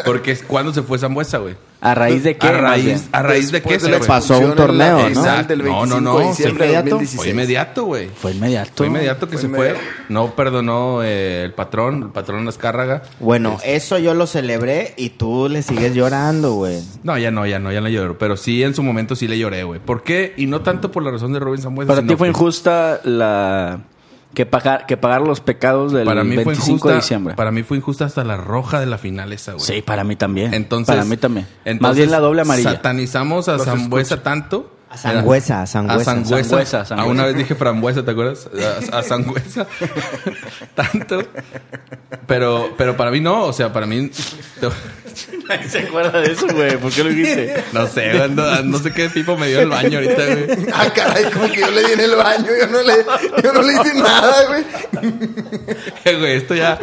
Speaker 2: porque es cuando se fue Zambuesa, güey.
Speaker 3: a raíz de qué
Speaker 2: A
Speaker 3: más
Speaker 2: raíz,
Speaker 3: bien?
Speaker 2: a raíz de qué
Speaker 5: Después
Speaker 2: se
Speaker 5: la
Speaker 2: fue?
Speaker 1: pasó un
Speaker 5: expulsión en la
Speaker 1: torneo, ¿no?
Speaker 5: final Del
Speaker 2: No,
Speaker 5: 25
Speaker 2: no,
Speaker 5: de
Speaker 2: no,
Speaker 5: diciembre
Speaker 1: fue
Speaker 5: de
Speaker 1: inmediato.
Speaker 2: Fue
Speaker 5: 2016.
Speaker 2: inmediato, güey.
Speaker 3: Fue inmediato.
Speaker 2: Fue inmediato que
Speaker 5: Fue
Speaker 2: se
Speaker 5: inmediato.
Speaker 2: fue. No perdonó eh, el patrón, el patrón Azcárraga.
Speaker 1: Bueno, eso yo lo celebré y tú le sigues llorando, güey.
Speaker 2: No, ya no, ya no, ya no lloro. Pero sí, en su momento sí le lloré, güey. ¿Por qué? Y no tanto por la razón de Robin Samuel.
Speaker 3: Para
Speaker 2: sino
Speaker 3: ti fue
Speaker 2: que-
Speaker 3: injusta la que pagar que pagar los pecados del
Speaker 2: Para mí fue
Speaker 3: 25
Speaker 2: injusta.
Speaker 3: de diciembre.
Speaker 2: Para mí fue injusta hasta la roja de la final esa, güey.
Speaker 3: Sí, para mí también.
Speaker 2: Entonces,
Speaker 3: para mí también. Más
Speaker 2: entonces,
Speaker 3: bien la doble amarilla.
Speaker 2: Satanizamos a Zambuesa tanto.
Speaker 1: A Sangüesa, a Sangüesa.
Speaker 2: A Sangüesa.
Speaker 3: Sangüesa,
Speaker 2: A
Speaker 3: Sangüesa.
Speaker 2: una vez dije frambuesa, ¿te acuerdas? A, a Sangüesa. tanto. Pero, pero para mí no, o sea, para mí.
Speaker 3: Nadie se acuerda de eso, güey. ¿Por qué lo dijiste?
Speaker 2: No sé, güey, no, no sé qué tipo me dio el baño ahorita, güey.
Speaker 5: Ah, caray, como que yo le di en el baño. Yo no le, yo no le hice nada, güey.
Speaker 2: Eh, Güey, esto ya.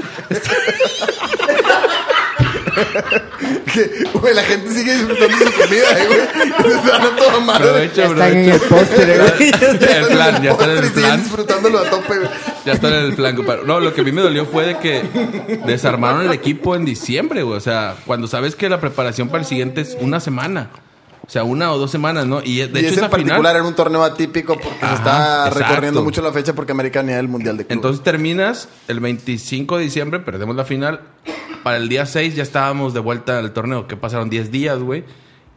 Speaker 5: Que, güey, la gente sigue disfrutando su comida, eh, güey. Se están a toda madre.
Speaker 2: Aprovecho,
Speaker 1: Están en
Speaker 2: aprovecho.
Speaker 1: el póster, güey.
Speaker 2: Ya el plan, ya está en el
Speaker 5: Postre y siguen
Speaker 2: plan.
Speaker 5: disfrutándolo a tope, güey.
Speaker 2: Ya está en el plan, compadre. No, lo que a mí me dolió fue de que desarmaron el equipo en diciembre, güey. O sea, cuando sabes que la preparación para el siguiente es una semana. O sea, una o dos semanas, ¿no? Y de hecho
Speaker 5: y ese
Speaker 2: esa
Speaker 5: en particular
Speaker 2: final.
Speaker 5: era un torneo atípico porque se
Speaker 2: Ajá,
Speaker 5: está recorriendo
Speaker 2: exacto.
Speaker 5: mucho la fecha porque América ni el Mundial de Clubes.
Speaker 2: Entonces terminas el 25 de diciembre, perdemos la final. Para el día 6 ya estábamos de vuelta al torneo, que pasaron 10 días, güey.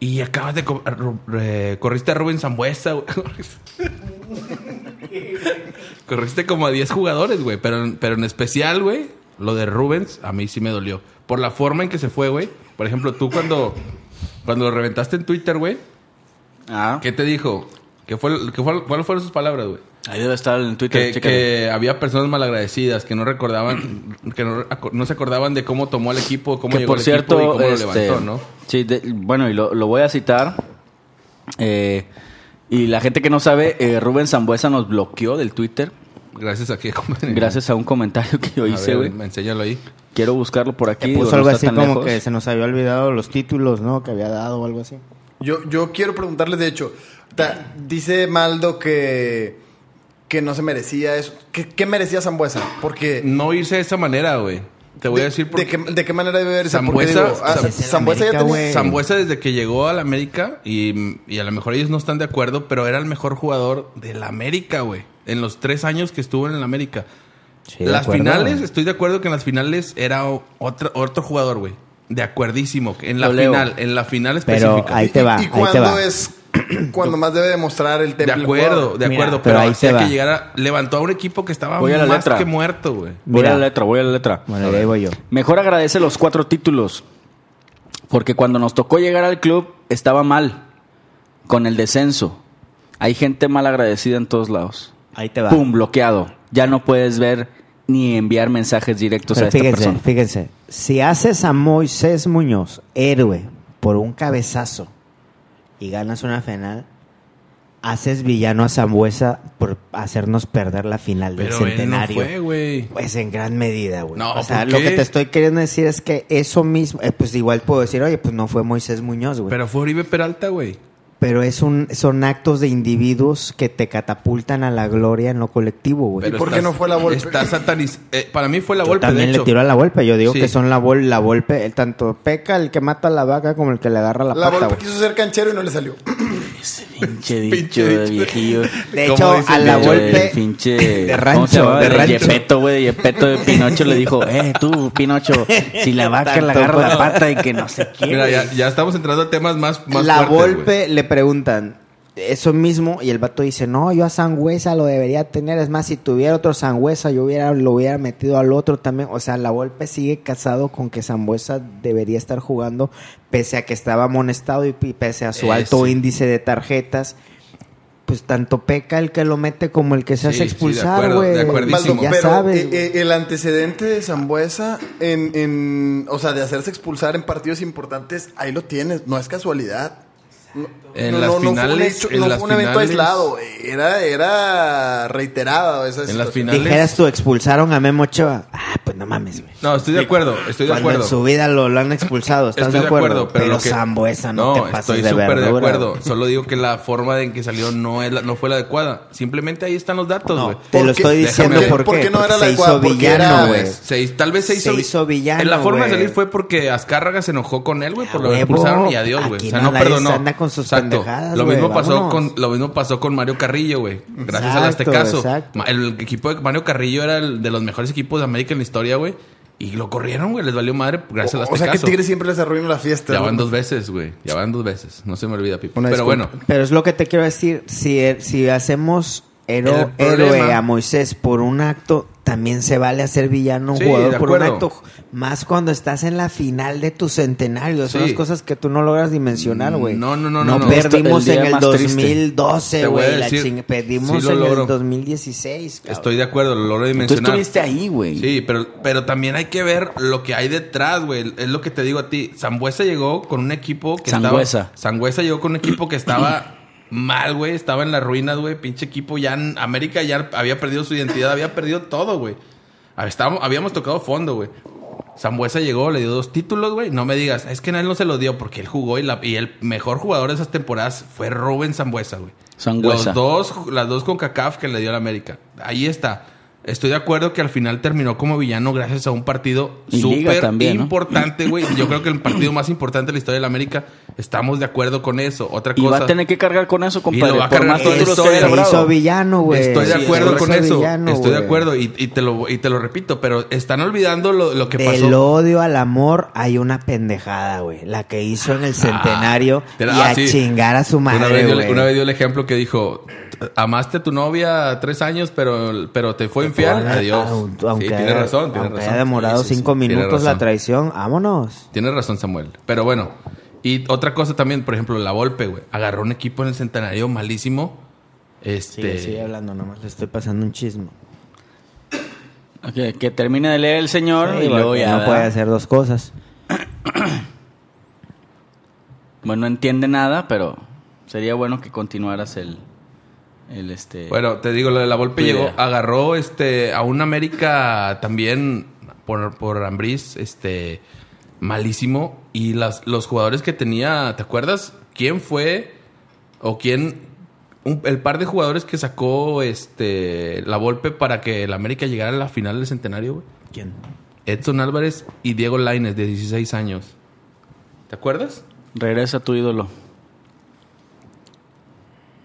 Speaker 2: Y acabas de. co- ru- eh, corriste a Rubén Zambuesa, güey. Corriste como a 10 jugadores, güey. Pero, pero en especial, güey, lo de Rubens a mí sí me dolió. Por la forma en que se fue, güey. Por ejemplo, tú cuando, cuando lo reventaste en Twitter, güey,
Speaker 3: Ah,
Speaker 2: ¿qué te dijo? ¿Qué fue, qué fue- ¿Cuáles fueron sus palabras, güey?
Speaker 3: ahí debe estar en Twitter.
Speaker 2: Que,
Speaker 3: chécalo.
Speaker 2: que había personas malagradecidas que no recordaban, que no, aco- no se acordaban de cómo tomó el equipo, cómo
Speaker 3: que
Speaker 2: llegó
Speaker 3: por
Speaker 2: el
Speaker 3: cierto,
Speaker 2: equipo y cómo
Speaker 3: este,
Speaker 2: lo levantó, ¿no?
Speaker 3: Sí, de- bueno, y lo, lo voy a citar. Eh, y la gente que no sabe, eh, Rubén Zambuesa nos bloqueó del Twitter
Speaker 2: Gracias a que
Speaker 3: gracias a un comentario que yo
Speaker 2: a
Speaker 3: hice,
Speaker 2: ver,
Speaker 3: güey.
Speaker 2: Enséñalo ahí.
Speaker 3: Quiero buscarlo por aquí. digo,
Speaker 1: Puso
Speaker 3: no
Speaker 1: algo
Speaker 3: está
Speaker 1: así
Speaker 3: tan
Speaker 1: como
Speaker 3: lejos.
Speaker 1: que se nos había olvidado los títulos, ¿no? Que había dado o algo así.
Speaker 5: Yo, yo quiero preguntarles, de hecho, ta- dice Maldo que, que no se merecía eso. ¿Qué, qué merecía Zambuesa? Porque...
Speaker 2: No irse de esa manera, güey. Te voy a decir
Speaker 5: de, qué, de qué manera debe verse?
Speaker 2: Sambuesa-
Speaker 5: porque digo, ah,
Speaker 2: Sam-
Speaker 5: Sambuesa ya
Speaker 1: América,
Speaker 5: tenía...
Speaker 1: güey.
Speaker 2: Zambuesa desde que llegó al América y, y a lo mejor ellos no están de acuerdo, pero era el mejor jugador del América, güey. En los tres años que estuvo en el América.
Speaker 1: Sí, de
Speaker 2: las
Speaker 1: acuerdo,
Speaker 2: finales,
Speaker 1: güey.
Speaker 2: estoy de acuerdo que en las finales era o- otro, otro jugador, güey. De acuerdísimo. En la
Speaker 3: Lo leo.
Speaker 2: final, en la final específica.
Speaker 1: Pero ahí te va, ahí
Speaker 5: ¿Y, y
Speaker 1: te
Speaker 5: cuándo
Speaker 1: va.
Speaker 5: es cuando más debe demostrar el
Speaker 2: De
Speaker 5: temple?
Speaker 2: acuerdo, de
Speaker 1: Mira,
Speaker 2: acuerdo,
Speaker 1: pero
Speaker 2: pero,
Speaker 1: ahí
Speaker 2: hacía
Speaker 1: te va.
Speaker 2: que llegara, levantó a un equipo que estaba
Speaker 3: Voy a la
Speaker 2: más
Speaker 3: letra.
Speaker 2: que muerto, güey.
Speaker 3: Voy a
Speaker 1: Mira.
Speaker 3: la letra, voy a la letra.
Speaker 1: Bueno, y ahí voy yo.
Speaker 3: Mejor agradece los cuatro títulos. Porque cuando nos tocó llegar al club, estaba mal. Con el descenso. Hay gente mal agradecida en todos lados.
Speaker 1: Ahí te va.
Speaker 3: Pum, bloqueado. Ya no puedes ver ni enviar mensajes directos
Speaker 1: Pero
Speaker 3: a esta
Speaker 1: fíjense,
Speaker 3: persona.
Speaker 1: fíjense. Si haces a Moisés Muñoz héroe por un cabezazo y ganas una final, haces villano a Zambuesa por hacernos perder la final del
Speaker 2: Pero él no
Speaker 1: centenario.
Speaker 2: fue, güey.
Speaker 1: Pues en gran medida, güey.
Speaker 2: No,
Speaker 1: o sea,
Speaker 2: ¿por
Speaker 1: lo que
Speaker 2: qué?
Speaker 1: te estoy queriendo decir es que eso mismo, eh, pues igual puedo decir, oye, pues no fue Moisés Muñoz, güey.
Speaker 2: Pero fue Oribe Peralta, güey.
Speaker 1: Pero es un, son actos de individuos que te catapultan a la gloria en lo colectivo, güey.
Speaker 2: Pero
Speaker 5: por qué no fue la Volpe?
Speaker 2: Está sataniz... eh, para mí fue la
Speaker 1: Yo
Speaker 2: golpe,
Speaker 1: también
Speaker 2: de
Speaker 1: le
Speaker 2: hecho.
Speaker 1: tiro a la golpe. Yo digo
Speaker 2: Sí.
Speaker 1: que son la, vol la golpe. El tanto peca el que mata a la vaca como el que le agarra la,
Speaker 5: La
Speaker 1: pata,
Speaker 5: Volpe
Speaker 1: güey.
Speaker 5: quiso ser canchero y no le salió.
Speaker 3: Pinche
Speaker 2: Pinche
Speaker 3: dicho de
Speaker 2: dicho.
Speaker 3: viejillo.
Speaker 1: De
Speaker 2: Como
Speaker 1: hecho,
Speaker 2: dice
Speaker 1: a
Speaker 2: el
Speaker 1: la
Speaker 3: Dicho del
Speaker 1: golpe
Speaker 3: pinche. ¿cómo
Speaker 1: de
Speaker 3: se
Speaker 1: rancho.
Speaker 3: llamaba?
Speaker 1: De
Speaker 3: De
Speaker 1: rancho.
Speaker 3: Yepeto, güey. Yepeto de Pinocho le dijo, eh, tú, Pinocho, si la vaca le
Speaker 1: Tanto
Speaker 3: agarra la
Speaker 1: bueno.
Speaker 3: pata y que no sé qué.
Speaker 2: Mira, ya, ya estamos entrando a temas más, más
Speaker 1: la
Speaker 2: fuertes, güey.
Speaker 1: golpe le preguntan eso mismo y el vato dice, no, yo a Sangüesa lo debería tener. Es más, si tuviera otro Sangüesa, yo hubiera, lo hubiera metido al otro también. O sea, la golpe sigue casado con que Sangüesa debería estar jugando pese a que estaba amonestado y y pese a su
Speaker 2: Ese.
Speaker 1: alto índice de tarjetas. Pues tanto peca el que lo mete como el que
Speaker 2: Sí,
Speaker 1: se
Speaker 2: sí,
Speaker 1: hace
Speaker 2: de
Speaker 1: expulsar,
Speaker 2: acuerdo,
Speaker 1: güey.
Speaker 2: de acuerdísimo.
Speaker 1: ya
Speaker 5: pero
Speaker 1: sabes.
Speaker 5: eh, eh, el antecedente de Zambuesa en, en- o sea, de hacerse expulsar en partidos importantes, ahí lo tienes, no es casualidad. No-
Speaker 2: En las finales-
Speaker 5: fue un, hecho-
Speaker 2: en
Speaker 5: no
Speaker 2: las
Speaker 5: fue un evento
Speaker 2: finales-
Speaker 5: aislado, era, era reiterada
Speaker 2: En
Speaker 5: esa
Speaker 2: las
Speaker 5: situación.
Speaker 2: finales.
Speaker 1: Dijeras tú, expulsaron a Memo Ochoa. Ah, pues no mames, güey.
Speaker 2: No, estoy de acuerdo, estoy de
Speaker 1: Cuando
Speaker 2: acuerdo.
Speaker 1: en su vida lo, lo han expulsado, ¿estás
Speaker 2: Estoy
Speaker 1: de acuerdo?
Speaker 2: pero, lo que-
Speaker 1: Sambuesa no, te pases
Speaker 2: estoy
Speaker 1: de
Speaker 2: súper de
Speaker 1: verdura.
Speaker 2: acuerdo. Solo digo que la forma en que salió no, es la- no fue la adecuada. Simplemente ahí están los datos,
Speaker 1: No,
Speaker 2: güey.
Speaker 1: te lo
Speaker 5: Porque-
Speaker 1: estoy diciendo
Speaker 2: déjame-
Speaker 1: porque,
Speaker 5: porque no era la
Speaker 1: se hizo
Speaker 5: adecuada, porque
Speaker 1: villano,
Speaker 5: era-
Speaker 1: güey.
Speaker 5: es-
Speaker 2: Se- tal vez se hizo,
Speaker 1: pues, Se hizo villano,
Speaker 2: En la forma de
Speaker 1: güey.
Speaker 2: salir fue porque Azcárraga se enojó con él, güey, por lo que
Speaker 1: Huevo,
Speaker 2: expulsaron y adiós, güey.
Speaker 1: aquí
Speaker 2: O sea, no
Speaker 1: no, nadie se
Speaker 2: perdonó.
Speaker 1: anda con sus pendejadas,
Speaker 2: Lo
Speaker 1: güey,
Speaker 2: mismo pasó
Speaker 1: vámonos.
Speaker 2: con lo mismo pasó con Mario Carrillo, güey. Gracias al
Speaker 1: Exacto,
Speaker 2: Aztecaso.
Speaker 1: exacto.
Speaker 2: Ma- El equipo de Mario Carrillo era el de los mejores equipos de América en la historia, güey. Y lo corrieron, güey. Les valió madre gracias al
Speaker 5: o, o sea que
Speaker 2: Aztecaso.
Speaker 5: Tigres siempre les arruina la fiesta.
Speaker 2: Ya
Speaker 5: ¿no?
Speaker 2: van dos veces, güey. Ya van dos veces. No se me olvida, Pipo.
Speaker 5: Una
Speaker 2: Pero
Speaker 5: disculpa.
Speaker 2: bueno,
Speaker 1: Pero es lo que te quiero decir, si, er, si hacemos
Speaker 2: El
Speaker 1: hero-
Speaker 2: problema-
Speaker 1: héroe a Moisés por un acto, también se vale hacer villano a un
Speaker 2: Sí, de
Speaker 1: jugador por un
Speaker 2: acuerdo.
Speaker 1: acto, más cuando estás en la final de tu centenario, son
Speaker 2: Sí.
Speaker 1: las cosas que tú no logras dimensionar, güey.
Speaker 2: No, no, no, no,
Speaker 1: no.
Speaker 2: no.
Speaker 1: perdimos
Speaker 3: Esto- el
Speaker 1: en
Speaker 3: día
Speaker 1: el
Speaker 3: más triste.
Speaker 1: 2012,
Speaker 2: Te voy a
Speaker 1: güey, la
Speaker 2: decir,
Speaker 1: ching- perdimos
Speaker 2: sí lo
Speaker 1: en
Speaker 2: logro.
Speaker 1: el 2016, cabrón.
Speaker 2: estoy de acuerdo, lo logro
Speaker 3: Tú
Speaker 2: dimensionar.
Speaker 3: estuviste ahí, güey.
Speaker 2: Sí, pero, pero también hay que ver lo que hay detrás, güey. Es lo que te digo a ti. Zambuesa llegó con un equipo que
Speaker 3: Sangüesa.
Speaker 2: estaba. Zambuesa llegó con un equipo que estaba mal, güey. Estaba en las ruinas, güey. Pinche equipo ya. en- América ya había perdido su identidad, había perdido todo, güey. Ah, estábamos- habíamos tocado fondo, güey. Zambuesa llegó, le dio dos títulos, güey. No me digas, es que a él no se los dio porque él jugó y, la- y el mejor jugador de esas temporadas fue Rubén Zambuesa, güey.
Speaker 3: Sambuesa.
Speaker 2: Los dos, las dos con CACAF que le dio la América. Ahí está. Estoy de acuerdo que al final terminó como villano gracias a un partido
Speaker 3: Y Liga
Speaker 2: súper
Speaker 3: también, ¿no?
Speaker 2: importante, güey. Yo creo que el partido más importante de la historia de la América. Estamos de acuerdo con eso. Otra
Speaker 3: Y
Speaker 2: cosa.
Speaker 3: va a tener que cargar con eso, compadre.
Speaker 2: lo va a
Speaker 3: por
Speaker 2: cargar
Speaker 3: más
Speaker 2: todo el
Speaker 3: títulos que
Speaker 2: sol.
Speaker 3: haya
Speaker 1: se hizo
Speaker 3: logrado.
Speaker 1: villano, güey.
Speaker 2: Estoy de
Speaker 3: Sí,
Speaker 2: acuerdo
Speaker 3: es
Speaker 2: con
Speaker 1: Se hizo
Speaker 2: eso.
Speaker 1: villano,
Speaker 2: Estoy de
Speaker 1: güey.
Speaker 2: acuerdo y, y te lo, y te lo repito, pero están olvidando lo, lo que pasó.
Speaker 1: Del odio al amor hay una pendejada, güey. La que hizo en el centenario
Speaker 2: Te
Speaker 1: y
Speaker 2: la- ah,
Speaker 1: a
Speaker 2: sí.
Speaker 1: chingar a su
Speaker 2: Una
Speaker 1: madre,
Speaker 2: vez, dio,
Speaker 1: güey.
Speaker 2: una vez dio el ejemplo que dijo: Amaste a tu novia tres años, pero, pero te fue infiel.
Speaker 1: Ahora,
Speaker 2: Adiós.
Speaker 1: aun-
Speaker 2: Sí,
Speaker 1: Aunque,
Speaker 2: tiene
Speaker 1: haya-
Speaker 2: razón. Tiene
Speaker 1: aunque
Speaker 2: razón.
Speaker 1: haya demorado
Speaker 2: Sí, sí, sí.
Speaker 1: cinco
Speaker 2: Tiene
Speaker 1: minutos la
Speaker 2: razón.
Speaker 1: traición, vámonos.
Speaker 2: Tienes razón, Samuel. Pero bueno, y otra cosa también, por ejemplo, la Volpe, güey. Agarró un equipo en el centenario malísimo. Este.
Speaker 1: Sigue, sigue hablando, nomás le estoy pasando un chisme.
Speaker 3: Ok, que termine de leer el señor
Speaker 1: Sí,
Speaker 3: y luego
Speaker 1: porque
Speaker 3: ya.
Speaker 1: no
Speaker 3: ¿verdad?
Speaker 1: puede hacer dos cosas.
Speaker 3: Bueno, no entiende nada, pero sería bueno que continuaras el. el este...
Speaker 2: Bueno, te digo, lo de la Volpe
Speaker 3: Tu
Speaker 2: llegó,
Speaker 3: idea.
Speaker 2: agarró este a un América también por, por Ambriz, este malísimo. Y las, los jugadores que tenía, ¿te acuerdas? ¿Quién fue? ¿O quién? un- el par de jugadores que sacó este la Volpe para que el América llegara a la final del centenario, güey.
Speaker 1: ¿Quién?
Speaker 2: Edson Álvarez y Diego Laines, de 16 años. ¿Te acuerdas?
Speaker 3: Regresa a tu ídolo.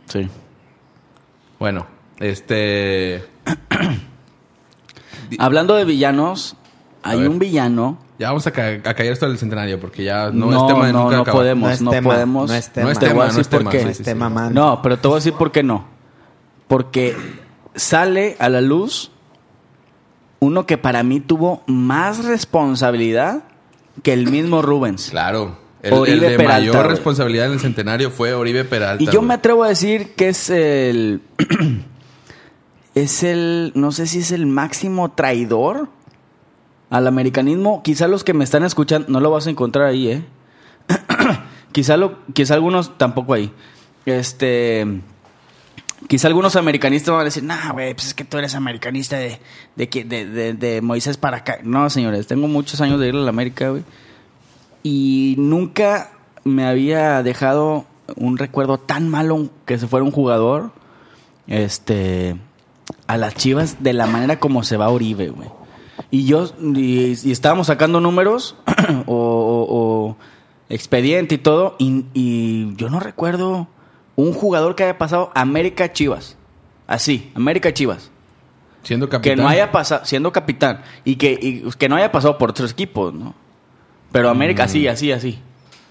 Speaker 3: Sí.
Speaker 2: Bueno, este.
Speaker 3: Hablando de villanos, hay
Speaker 2: ver.
Speaker 3: un villano.
Speaker 2: Ya vamos a, ca- a caer esto del centenario porque ya no,
Speaker 3: No,
Speaker 2: es tema de
Speaker 3: no,
Speaker 2: nunca
Speaker 3: no
Speaker 2: acabar.
Speaker 3: podemos. no podemos.
Speaker 1: No es
Speaker 2: No
Speaker 1: tema,
Speaker 2: es
Speaker 3: Te voy
Speaker 2: tema,
Speaker 3: a
Speaker 2: no es
Speaker 3: decir por
Speaker 2: tema.
Speaker 3: qué.
Speaker 2: sí,
Speaker 1: no
Speaker 2: sí,
Speaker 1: es
Speaker 2: sí.
Speaker 1: tema, man.
Speaker 3: No, pero te voy a decir por qué no. Porque sale a la luz uno que para mí tuvo más responsabilidad que el mismo Rubens.
Speaker 2: Claro. El,
Speaker 3: Oribe
Speaker 2: el de
Speaker 3: Peralta,
Speaker 2: mayor
Speaker 3: güey.
Speaker 2: responsabilidad en el centenario fue Oribe Peralta.
Speaker 3: Y yo me
Speaker 2: güey.
Speaker 3: atrevo a decir que es el. es el. No sé si es el máximo traidor al americanismo. Quizá los que me están escuchando. No lo vas a encontrar ahí, ¿eh? quizá, lo, quizá algunos tampoco ahí. Este. Quizá algunos americanistas van a decir, nah, güey, pues es que tú eres americanista de, de, que- de, de- de Moisés para acá. No, señores, tengo muchos años de ir a la América, güey. Y nunca me había dejado un recuerdo tan malo que se fuera un jugador este, a las chivas de la manera como se va Oribe, güey. Y yo, y, y estábamos sacando números o, o- o expediente y todo, y, y yo no recuerdo un jugador que haya pasado América Chivas. Así, América Chivas.
Speaker 2: Siendo capitán.
Speaker 3: Que no haya pasado, siendo capitán, y que, y que no haya pasado por otros equipos, ¿no? Pero América, así, así, así.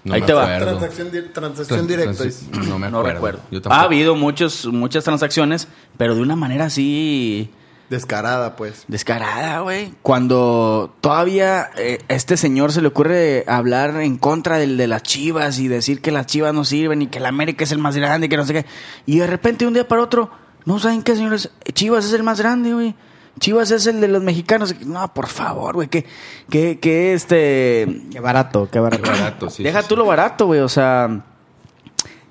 Speaker 2: No
Speaker 3: Ahí
Speaker 2: me
Speaker 3: te va.
Speaker 2: acuerdo.
Speaker 5: Transacción, di- transacción directa.
Speaker 2: Entonces,
Speaker 5: dice.
Speaker 2: No me
Speaker 3: No
Speaker 2: acuerdo.
Speaker 3: recuerdo. Ah,
Speaker 2: Yo tampoco.
Speaker 3: Ha habido muchos, muchas transacciones, pero de una manera así
Speaker 5: Descarada, pues.
Speaker 3: descarada, güey. Cuando todavía eh, a este señor se le ocurre hablar en contra del de las chivas y decir que las chivas no sirven y que el América es el más grande y que no sé qué. Y de repente, de un día para otro, no saben qué, señores. eh, Chivas es el más grande, güey. Chivas es el de los mexicanos. No, por favor, güey. Que, que, que este.
Speaker 1: Qué barato, qué barato.
Speaker 2: Barato, sí,
Speaker 3: Deja
Speaker 2: sí,
Speaker 3: tú
Speaker 2: sí.
Speaker 3: lo barato, güey. O sea,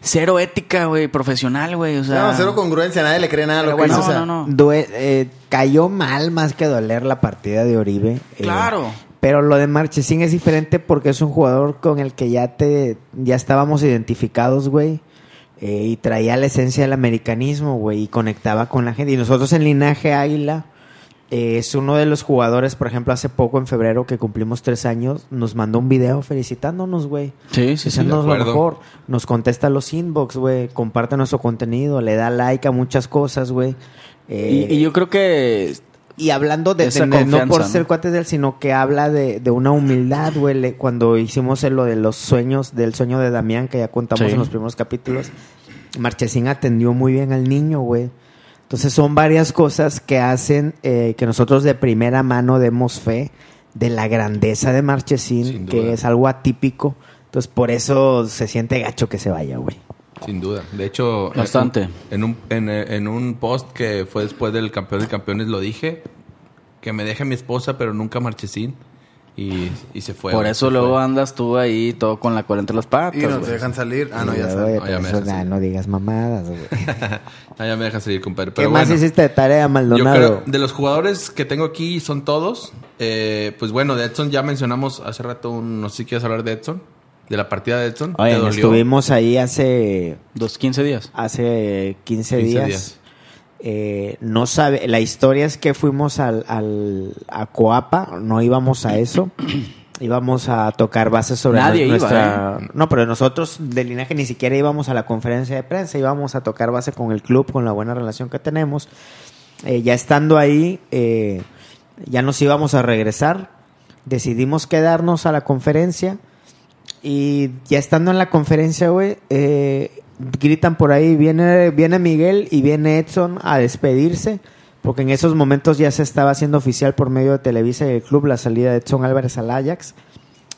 Speaker 3: cero ética, güey, profesional, güey. O sea,
Speaker 5: No, cero congruencia, nadie le cree nada a lo
Speaker 3: Pero
Speaker 5: que
Speaker 3: bueno,
Speaker 5: dice, o sea,
Speaker 3: no, no.
Speaker 1: Due- eh, cayó mal más que doler la partida de Oribe. eh,
Speaker 3: Claro.
Speaker 1: pero lo de Marchesín es diferente porque es un jugador con el que ya te ya estábamos identificados, güey. eh, y traía la esencia del americanismo, güey. Y conectaba con la gente. Y nosotros en Linaje Águila eh, es uno de los jugadores, por ejemplo, hace poco en febrero que cumplimos tres años, nos mandó un video felicitándonos, güey.
Speaker 3: Sí, sí, sí.
Speaker 1: Diciéndonos
Speaker 2: de
Speaker 1: lo
Speaker 2: acuerdo.
Speaker 1: mejor. Nos contesta los inbox, güey. Comparte nuestro contenido. Le da like a muchas cosas, güey. Eh,
Speaker 3: Y, y yo creo que
Speaker 1: y hablando de,
Speaker 3: Esa
Speaker 1: de- no- no
Speaker 3: confianza,
Speaker 1: por
Speaker 3: ¿no?
Speaker 1: ser cuates de él, sino que habla de, de una humildad, güey. Le- Cuando hicimos el- lo de los sueños, del sueño de Damián, que ya contamos
Speaker 3: Sí.
Speaker 1: en los primeros capítulos, Marchesín atendió muy bien al niño, güey. Entonces son varias cosas que hacen eh, que nosotros de primera mano demos fe de la grandeza de Marchesín,
Speaker 2: Sin
Speaker 1: que
Speaker 2: duda.
Speaker 1: es algo atípico. Entonces por eso se siente gacho que se vaya, güey.
Speaker 2: Sin duda. De hecho,
Speaker 3: Bastante.
Speaker 2: En un, en, en un post que fue después del campeón de campeones lo dije, que me deje mi esposa, pero nunca Marchesín. Y, y se fue.
Speaker 3: por
Speaker 2: güey,
Speaker 3: eso
Speaker 2: se
Speaker 3: luego
Speaker 2: fue.
Speaker 3: andas tú ahí todo con la cola entre las patas.
Speaker 5: Y no
Speaker 3: güey.
Speaker 5: te dejan salir. Ah, no, ya
Speaker 1: Oye,
Speaker 5: sabes.
Speaker 1: por
Speaker 2: ya me
Speaker 1: eso,
Speaker 2: dejas
Speaker 1: nah,
Speaker 2: ir.
Speaker 1: no digas mamadas, güey.
Speaker 2: Ah, ya me deja seguir, compadre.
Speaker 1: ¿Qué
Speaker 2: Pero
Speaker 1: más
Speaker 2: bueno.
Speaker 1: hiciste de tarea,
Speaker 2: Yo
Speaker 1: Maldonado?
Speaker 2: creo, de los jugadores que tengo aquí son todos. Eh, pues bueno, de Edson ya mencionamos hace rato, un- no sé si quieres hablar de Edson, de la partida de Edson.
Speaker 1: Oye,
Speaker 2: ¿Te dolió?
Speaker 1: estuvimos ahí hace,
Speaker 3: Dos, 15 días.
Speaker 1: hace
Speaker 2: 15
Speaker 1: 15, días.
Speaker 2: días.
Speaker 1: Eh, no sabe, la historia es que fuimos al, al- a Coapa, no íbamos a eso. íbamos a tocar bases sobre
Speaker 3: Nadie
Speaker 1: nu-
Speaker 3: iba,
Speaker 1: nuestra.
Speaker 2: ¿eh?
Speaker 1: No, pero nosotros de linaje ni siquiera íbamos a la conferencia de prensa, íbamos a tocar base con el club, con la buena relación que tenemos. Eh, ya estando ahí, eh, ya nos íbamos a regresar. Decidimos quedarnos a la conferencia. Y ya estando en la conferencia, güey, eh, gritan por ahí, viene, viene Miguel y viene Edson a despedirse, porque en esos momentos ya se estaba haciendo oficial por medio de Televisa y el club la salida de Edson Álvarez al Ajax.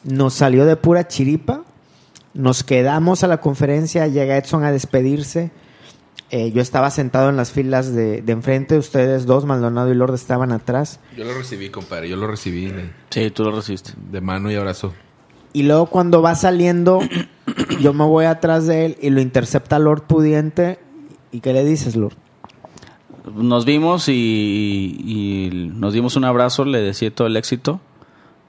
Speaker 1: Nos salió de pura chiripa, nos quedamos a la conferencia, llega Edson a despedirse. Eh, yo estaba sentado en las filas de, de enfrente, ustedes dos, Maldonado y Lord, estaban atrás.
Speaker 2: Yo lo recibí, compadre. Yo lo recibí de,
Speaker 3: Sí, tú lo recibiste.
Speaker 2: de mano y abrazo.
Speaker 1: Y luego cuando va saliendo, yo me voy atrás de él y lo intercepta Lord Pudiente. ¿Y qué le dices, Lord?
Speaker 3: Nos vimos y, y nos dimos un abrazo, le decía todo el éxito,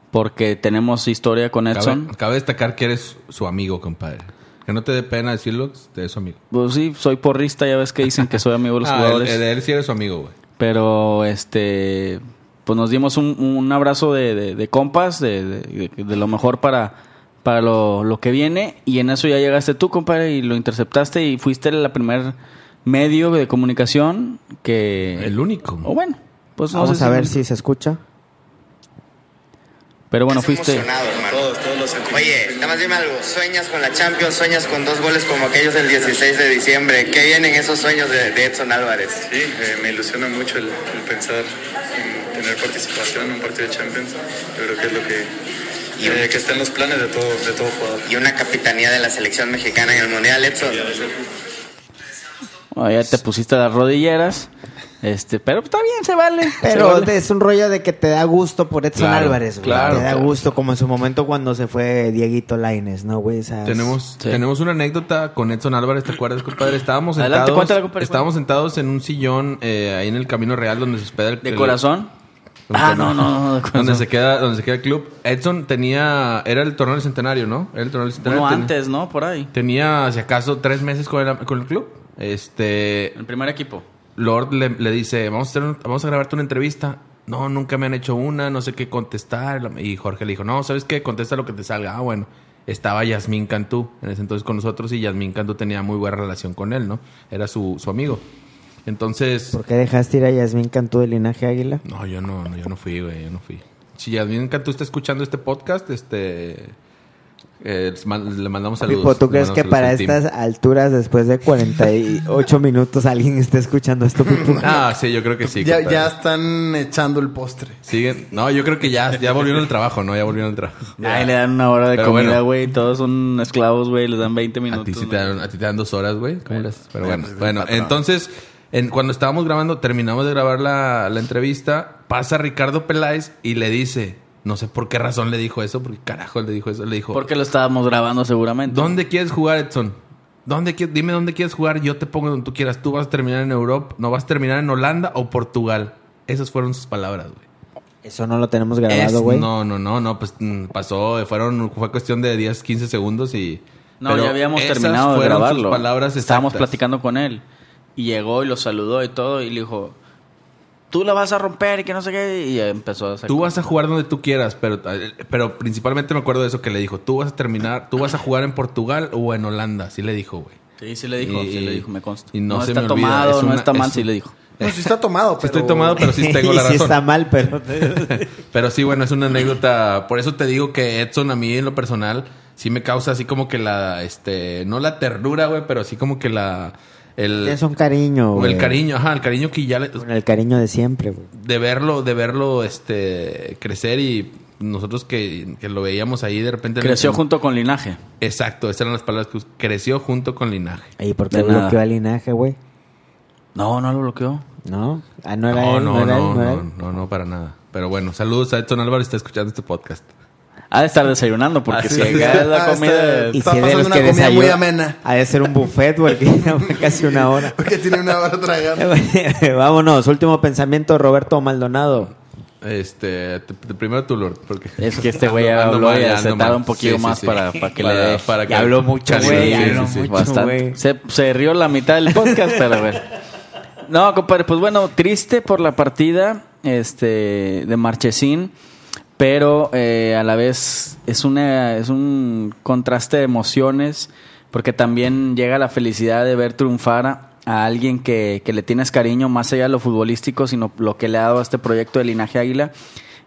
Speaker 3: porque tenemos historia con Edson.
Speaker 2: Cabe, cabe destacar que eres su amigo, compadre. Que no te dé pena decirlo, te es su amigo.
Speaker 3: Pues sí, soy porrista, ya ves que dicen que soy amigo de los
Speaker 2: Ah, él-
Speaker 3: jugadores.
Speaker 2: él, él sí eres su amigo, güey.
Speaker 3: Pero este pues nos dimos un, un abrazo de, de- de compas, de, de- de- de lo mejor para, para lo, lo que viene. Y en eso ya llegaste tú, compadre, y lo interceptaste y fuiste la primer medio de comunicación que...
Speaker 2: El único.
Speaker 3: O bueno, pues no
Speaker 1: Vamos
Speaker 3: sé
Speaker 1: a ver si se escucha.
Speaker 3: Pero bueno, fuiste...
Speaker 6: Todos, todos los Oye, nada más dime algo. Sueñas con la Champions, sueñas con dos goles como aquellos del 16 de diciembre. ¿Qué vienen esos sueños de, de Edson Álvarez?
Speaker 7: Sí, eh, me ilusiona mucho el, el pensar en tener participación en un partido de Champions. Yo creo que es lo que, eh, que está en los planes de todo, de todo jugador.
Speaker 6: Y una capitanía de la selección mexicana en el Mundial, Edson.
Speaker 3: Ah, ya te pusiste las rodilleras. Este, pero está bien, se vale. se
Speaker 1: Pero
Speaker 3: vale.
Speaker 1: es un rollo de que te da gusto por Edson
Speaker 2: Claro,
Speaker 1: Álvarez, güey.
Speaker 2: claro,
Speaker 1: te da
Speaker 2: claro.
Speaker 1: gusto, como en su momento cuando se fue Dieguito Laines, ¿no, güey? Esas-
Speaker 2: Tenemos,
Speaker 3: Sí.
Speaker 2: tenemos una anécdota con Edson Álvarez, ¿te acuerdas, compadre? Estábamos
Speaker 3: Adelante,
Speaker 2: sentados,
Speaker 3: cuéntala, compadre,
Speaker 2: estábamos sentados en un sillón eh, ahí en el Camino Real donde se hospeda el...
Speaker 3: De
Speaker 2: el-
Speaker 3: corazón. Ah, no, no, no, no.
Speaker 2: donde se queda donde se queda el club Edson tenía era el torneo del centenario no era el torneo del centenario
Speaker 3: Uno
Speaker 2: Ten-
Speaker 3: antes, ¿no? Por ahí.
Speaker 2: tenía si acaso tres meses con el, con el club este
Speaker 3: El primer equipo.
Speaker 2: Lord le, le dice vamos a hacer un- vamos a grabarte una entrevista no nunca me han hecho una no sé qué contestar y Jorge le dijo no sabes qué contesta lo que te salga ah bueno estaba Yasmín Cantú en ese entonces con nosotros y Yasmín Cantú tenía muy buena relación con él no era su, su amigo entonces
Speaker 1: ¿Por qué dejaste ir a Yasmín Cantú de Linaje Águila?
Speaker 2: no, yo no, no, yo no fui, güey, yo no fui. Si Yasmin Cantú está escuchando este podcast, este eh, man- le mandamos saludos.
Speaker 1: Pipo, ¿tú
Speaker 2: Le
Speaker 1: crees
Speaker 2: mandamos
Speaker 1: que
Speaker 2: saludos
Speaker 1: para
Speaker 2: al team.
Speaker 1: estas alturas, después de 48 minutos, alguien esté escuchando esto, Pipo?
Speaker 2: Ah, sí, yo creo que sí.
Speaker 5: ya,
Speaker 2: compadre.
Speaker 5: ya están echando el postre.
Speaker 2: Siguen. No, yo creo que ya, ya volvieron al trabajo, ¿no? Ya volvieron al trabajo.
Speaker 3: Ahí le dan una hora de
Speaker 2: Pero
Speaker 3: comida,
Speaker 2: bueno.
Speaker 3: güey. Todos son esclavos, güey. Les dan 20 minutos.
Speaker 2: A ti, sí
Speaker 3: ¿no?
Speaker 2: te dan, a ti te dan dos horas, güey. ¿Cómo le haces? Pero
Speaker 5: Bueno,
Speaker 2: bueno,
Speaker 5: pues,
Speaker 2: bueno.
Speaker 5: patrón.
Speaker 2: Entonces, en, cuando estábamos grabando, terminamos de grabar la, la entrevista, pasa Ricardo Peláez y le dice, no sé por qué razón le dijo eso, porque carajo le dijo eso, le dijo...
Speaker 3: Porque lo estábamos grabando seguramente.
Speaker 2: ¿Dónde quieres jugar, Edson? ¿Dónde quie- dime dónde quieres jugar, yo te pongo donde tú quieras. Tú vas a terminar en Europa, no vas a terminar en Holanda o Portugal. Esas fueron sus palabras, güey.
Speaker 1: Eso no lo tenemos
Speaker 2: Es-
Speaker 1: grabado, güey.
Speaker 2: No, no, no, no, pues mm, pasó, eh, fueron, fue cuestión de 10, 15 segundos y...
Speaker 3: No,
Speaker 2: pero
Speaker 3: ya habíamos
Speaker 2: esas
Speaker 3: terminado de
Speaker 2: fueron sus
Speaker 3: grabarlo.
Speaker 2: palabras
Speaker 3: Estábamos
Speaker 2: exactas.
Speaker 3: platicando con él. Y llegó y lo saludó y todo. Y le dijo: Tú la vas a romper y que no sé qué. Y empezó a hacer.
Speaker 2: Tú vas a jugar donde tú quieras, pero, pero principalmente me acuerdo de eso que le dijo. Tú vas a terminar, tú vas a jugar en Portugal o en Holanda. Así le dijo, güey.
Speaker 3: Sí, sí le dijo.
Speaker 2: Y-
Speaker 3: sí le dijo, me consta.
Speaker 2: y no se
Speaker 3: está
Speaker 2: me olvida,
Speaker 3: tomado,
Speaker 2: es
Speaker 3: no
Speaker 2: una-
Speaker 3: está mal,
Speaker 2: es
Speaker 3: sí
Speaker 2: un-
Speaker 3: le dijo.
Speaker 5: No, sí está tomado, pero...
Speaker 2: Sí estoy tomado, pero sí tengo la
Speaker 1: Y sí
Speaker 2: razón.
Speaker 1: está mal, pero...
Speaker 2: Pero sí, bueno, es una anécdota. Por eso te digo que Edson a mí en lo personal sí me causa así como que la, este, no la ternura, güey, pero sí como que la, el,
Speaker 1: es un cariño,
Speaker 2: o
Speaker 1: güey.
Speaker 2: el cariño, ajá, el cariño que ya le,
Speaker 1: Con el cariño de siempre, güey.
Speaker 2: de verlo, de verlo, este, crecer y nosotros que, que lo veíamos ahí de repente.
Speaker 3: Creció junto con Linaje.
Speaker 2: Exacto, esas eran las palabras que us- creció junto con linaje.
Speaker 1: ¿Y por qué
Speaker 3: De nada.
Speaker 1: bloqueó al Linaje, güey?
Speaker 3: No, no lo bloqueó.
Speaker 1: ¿No? Ah, no era
Speaker 2: No,
Speaker 1: él,
Speaker 2: no, no,
Speaker 1: era él,
Speaker 2: no,
Speaker 1: era él.
Speaker 2: no, no, para nada. Pero bueno, saludos a Edson Álvarez, está escuchando este podcast.
Speaker 3: Ha de estar desayunando porque
Speaker 2: Ah,
Speaker 3: si
Speaker 2: sí.
Speaker 3: acá es la
Speaker 5: Ah,
Speaker 3: comida.
Speaker 1: Y
Speaker 5: Está
Speaker 1: si es de
Speaker 5: pasando
Speaker 1: los
Speaker 5: una
Speaker 1: que
Speaker 5: comida muy
Speaker 1: desayunan-
Speaker 5: amena.
Speaker 1: Ha de ser un buffet, güey, que lleva casi una hora.
Speaker 5: Porque tiene una hora tragando.
Speaker 1: Vámonos, último pensamiento, Roberto Maldonado.
Speaker 2: Este, te- te- primero tú, Lord, porque
Speaker 3: Es que este güey ya
Speaker 2: Ando
Speaker 3: habló
Speaker 2: mal,
Speaker 3: y
Speaker 2: ya ando
Speaker 3: se
Speaker 2: mal.
Speaker 3: tarda un poquito
Speaker 2: Sí, sí,
Speaker 3: más
Speaker 2: sí.
Speaker 3: Para, para que le
Speaker 2: Para-
Speaker 3: dé.
Speaker 2: para
Speaker 3: Ya
Speaker 2: que-
Speaker 3: habló mucho,
Speaker 2: Cali,
Speaker 3: güey.
Speaker 2: sí,
Speaker 3: ya
Speaker 2: sí,
Speaker 3: habló
Speaker 2: sí.
Speaker 3: mucho,
Speaker 1: Bastante.
Speaker 3: güey. Se, se rió la mitad del podcast, pero bueno. No, compadre, pues bueno, triste por la partida este, de Marchesín, pero eh, a la vez es, una, es un contraste de emociones, porque también llega la felicidad de ver triunfar a, a alguien que, que le tienes cariño, más allá de lo futbolístico, sino lo que le ha dado a este proyecto de Linaje Águila.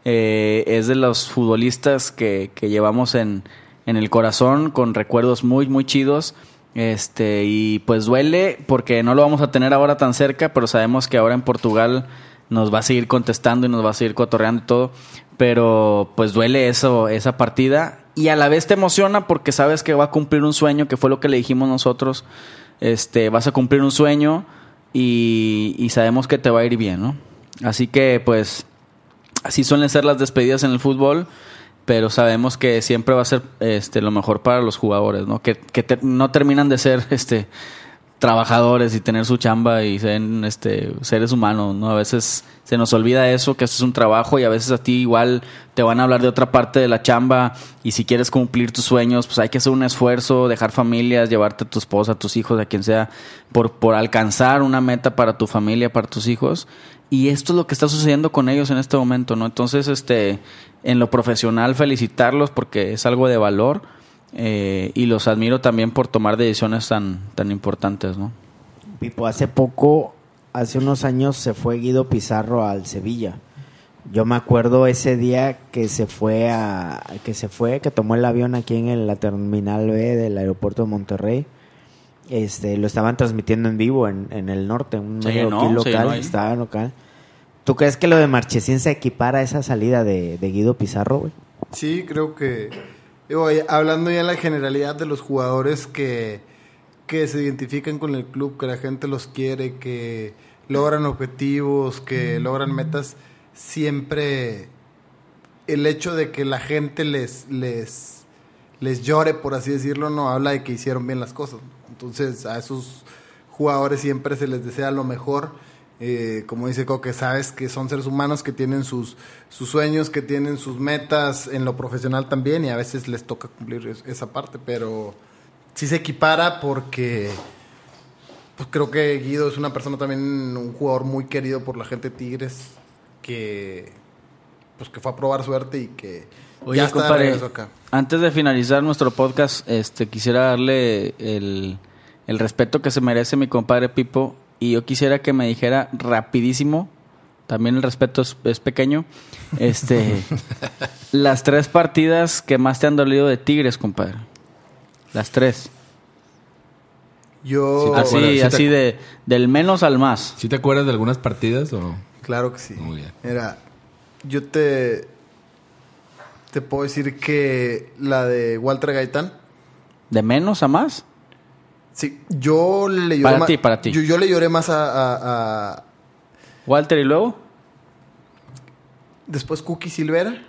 Speaker 3: Eh, es de los futbolistas que, que llevamos en, en el corazón, con recuerdos muy, muy chidos. Este, y pues duele porque no lo vamos a tener ahora tan cerca, pero sabemos que ahora en Portugal nos va a seguir contestando y nos va a seguir cotorreando y todo. Pero pues duele eso, esa partida. Y a la vez te emociona porque sabes que va a cumplir un sueño, que fue lo que le dijimos nosotros. Este, vas a cumplir un sueño y, y sabemos que te va a ir bien, ¿no? Así que pues así suelen ser las despedidas en el fútbol, pero sabemos que siempre va a ser este, lo mejor para los jugadores, ¿no? Que, que ter- no terminan de ser este, trabajadores y tener su chamba y ser este, seres humanos, ¿no? A veces se nos olvida eso, que esto es un trabajo y a veces a ti igual te van a hablar de otra parte de la chamba y si quieres cumplir tus sueños, pues hay que hacer un esfuerzo, dejar familias, llevarte a tu esposa, a tus hijos, a quien sea, por, por alcanzar una meta para tu familia, para tus hijos. Y esto es lo que está sucediendo con ellos en este momento, ¿no? Entonces, este, en lo profesional, felicitarlos porque es algo de valor eh, y los admiro también por tomar decisiones tan, tan importantes, ¿no?
Speaker 1: Pipo, hace poco, hace unos años se fue Guido Pizarro al Sevilla. Yo me acuerdo ese día que se fue a que se fue, que tomó el avión aquí en el- la terminal B del aeropuerto de Monterrey. Este, lo estaban transmitiendo en vivo en, en el norte, un
Speaker 3: Se
Speaker 1: medio
Speaker 3: llenó,
Speaker 1: aquí
Speaker 3: se
Speaker 1: local,
Speaker 3: llenó ahí.
Speaker 1: estaba local. ¿Tú crees que lo de Marchesín se equipara a esa salida de, de Guido Pizarro, güey?
Speaker 5: Sí, creo que. digo, ya- hablando ya en la generalidad de los jugadores que, que se identifican con el club, que la gente los quiere, que logran objetivos, que logran metas, siempre el hecho de que la gente les, les, les llore, por así decirlo, no habla de que hicieron bien las cosas. Entonces, a esos jugadores siempre se les desea lo mejor eh, como dice Coque, sabes que son seres humanos que tienen sus, sus sueños, que tienen sus metas en lo profesional también y a veces les toca cumplir es- esa parte, pero sí se equipara porque pues creo que Guido es una persona también, un jugador muy querido por la gente de Tigres que pues que fue a probar suerte y que
Speaker 3: Oye,
Speaker 5: ya está de
Speaker 3: compadre,
Speaker 5: regreso acá.
Speaker 3: antes de finalizar nuestro podcast, este, quisiera darle el, el respeto que se merece mi compadre Pipo. Y yo quisiera que me dijera rapidísimo, también el respeto es, es pequeño, este, las tres partidas que más te han dolido de Tigres, compadre. Las tres.
Speaker 5: Yo
Speaker 3: así
Speaker 2: acuerdas, sí te
Speaker 3: así
Speaker 2: acu-
Speaker 3: de, del menos al más.
Speaker 2: ¿Sí te acuerdas de algunas partidas o...?
Speaker 5: Claro que sí.
Speaker 2: Muy bien.
Speaker 5: Mira, yo te te puedo decir que la de Walter Gaitán.
Speaker 3: ¿De menos a más?
Speaker 5: Sí, yo le lloré
Speaker 3: Para
Speaker 5: más-
Speaker 3: ti, para ti.
Speaker 5: Yo, yo le lloré más a, a- a-
Speaker 3: Walter y luego.
Speaker 5: después Cookie Silvera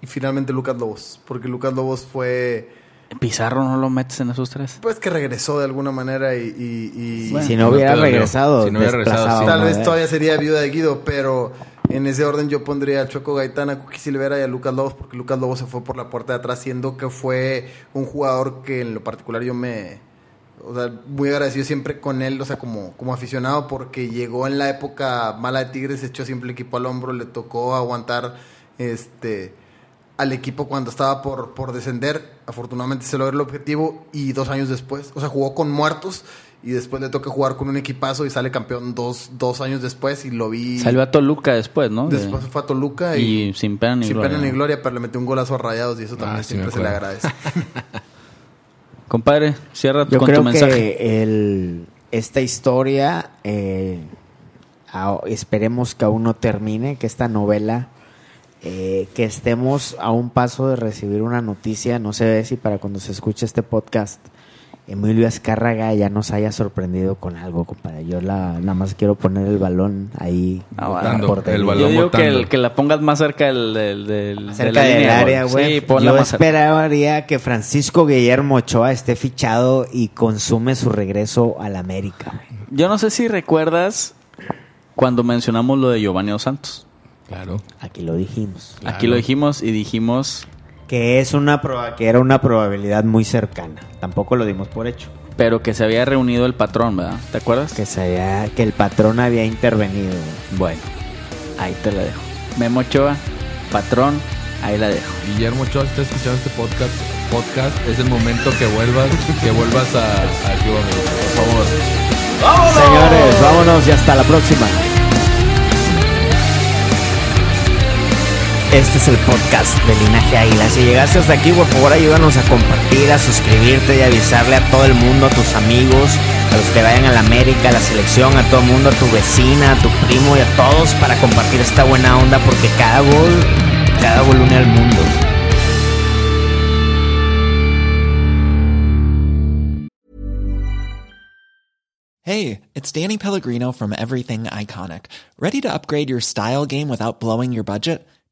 Speaker 5: y finalmente Lucas Lobos, porque Lucas Lobos fue
Speaker 3: Pizarro no lo metes en esos tres.
Speaker 5: pues que regresó de alguna manera y, y- y-
Speaker 1: Y
Speaker 3: Bueno,
Speaker 1: si
Speaker 2: Ah. no
Speaker 1: no hubiera
Speaker 2: te dolió.
Speaker 1: regresado,
Speaker 2: Si no hubiera regresado,
Speaker 1: desplazado,
Speaker 2: sí.
Speaker 5: Pues tal
Speaker 1: ¿no?
Speaker 5: vez
Speaker 1: Eh,
Speaker 5: todavía sería viuda de Guido, pero en ese orden yo pondría a Choco Gaitán, a Cookie Silvera y a Lucas Lobos, porque Lucas Lobos se fue por la puerta de atrás, siendo que fue un jugador que en lo particular yo me, o sea, muy agradecido siempre con él, o sea, como, como aficionado, porque llegó en la época mala de Tigres, echó siempre el equipo al hombro, le tocó aguantar este al equipo cuando estaba por, por descender. Afortunadamente se logró el objetivo y dos años después, o sea, jugó con muertos y después le toca jugar con un equipazo y sale campeón dos, dos años después y lo vi.
Speaker 3: Salió a Toluca después, ¿no? De-
Speaker 5: Después fue a Toluca
Speaker 3: y,
Speaker 5: y,
Speaker 3: sin pena ni
Speaker 5: sin
Speaker 3: gloria.
Speaker 5: pena ni gloria, pero le metió un golazo a rayados y eso también
Speaker 2: Ah, sí,
Speaker 5: siempre
Speaker 2: me
Speaker 5: se le
Speaker 2: acuerdo.
Speaker 5: agradece.
Speaker 3: Compadre, cierra
Speaker 1: Yo
Speaker 3: con
Speaker 1: creo
Speaker 3: tu mensaje.
Speaker 1: que el, esta historia, eh, a- esperemos que aún no termine, que esta novela, eh, que estemos a un paso de recibir una noticia, no sé si para cuando se escuche este podcast, Emilio Azcárraga ya nos haya sorprendido con algo, compadre. Yo la, nada más quiero poner el balón ahí.
Speaker 3: Ah,
Speaker 1: en la
Speaker 2: botando,
Speaker 1: portería.
Speaker 2: el balón.
Speaker 3: Yo digo que,
Speaker 2: botando.
Speaker 3: el- que la pongas más cerca del, del- del- de
Speaker 1: Cerca
Speaker 3: la
Speaker 1: del
Speaker 3: línea,
Speaker 1: área,
Speaker 3: güey.
Speaker 1: güey.
Speaker 3: Sí, ponla
Speaker 1: Yo
Speaker 3: más cerca.
Speaker 1: esperaría que Francisco Guillermo Ochoa esté fichado y consume su regreso al América, güey.
Speaker 3: Yo no sé si recuerdas cuando mencionamos lo de Giovanni Dos Santos.
Speaker 2: Claro.
Speaker 1: Aquí lo dijimos.
Speaker 3: Aquí lo dijimos y dijimos,
Speaker 1: Que es una proba- que era una probabilidad muy cercana. Tampoco lo dimos por hecho.
Speaker 3: pero que se había reunido el patrón, ¿verdad? ¿Te acuerdas?
Speaker 1: Que se había- que el patrón había intervenido. güey.
Speaker 3: Bueno, ahí te la dejo. Memo Ochoa, patrón, ahí la dejo.
Speaker 2: Guillermo Ochoa, si estás escuchando este podcast, podcast es el momento que vuelvas, que vuelvas a, a Cuba, amigo. por favor.
Speaker 1: Señores, vámonos y hasta la próxima. Este es el podcast de Linaje Águila. Si llegaste hasta aquí, por favor ayúdanos a compartir, a suscribirte y avisarle a todo el mundo, a tus amigos, a los que vayan a la América, a la selección, a todo el mundo, a tu vecina, a tu primo y a todos para compartir esta buena onda porque cada gol, cada gol une al mundo.
Speaker 8: Hey, it's Danny Pellegrino from Everything Iconic. Ready to upgrade your style game without blowing your budget?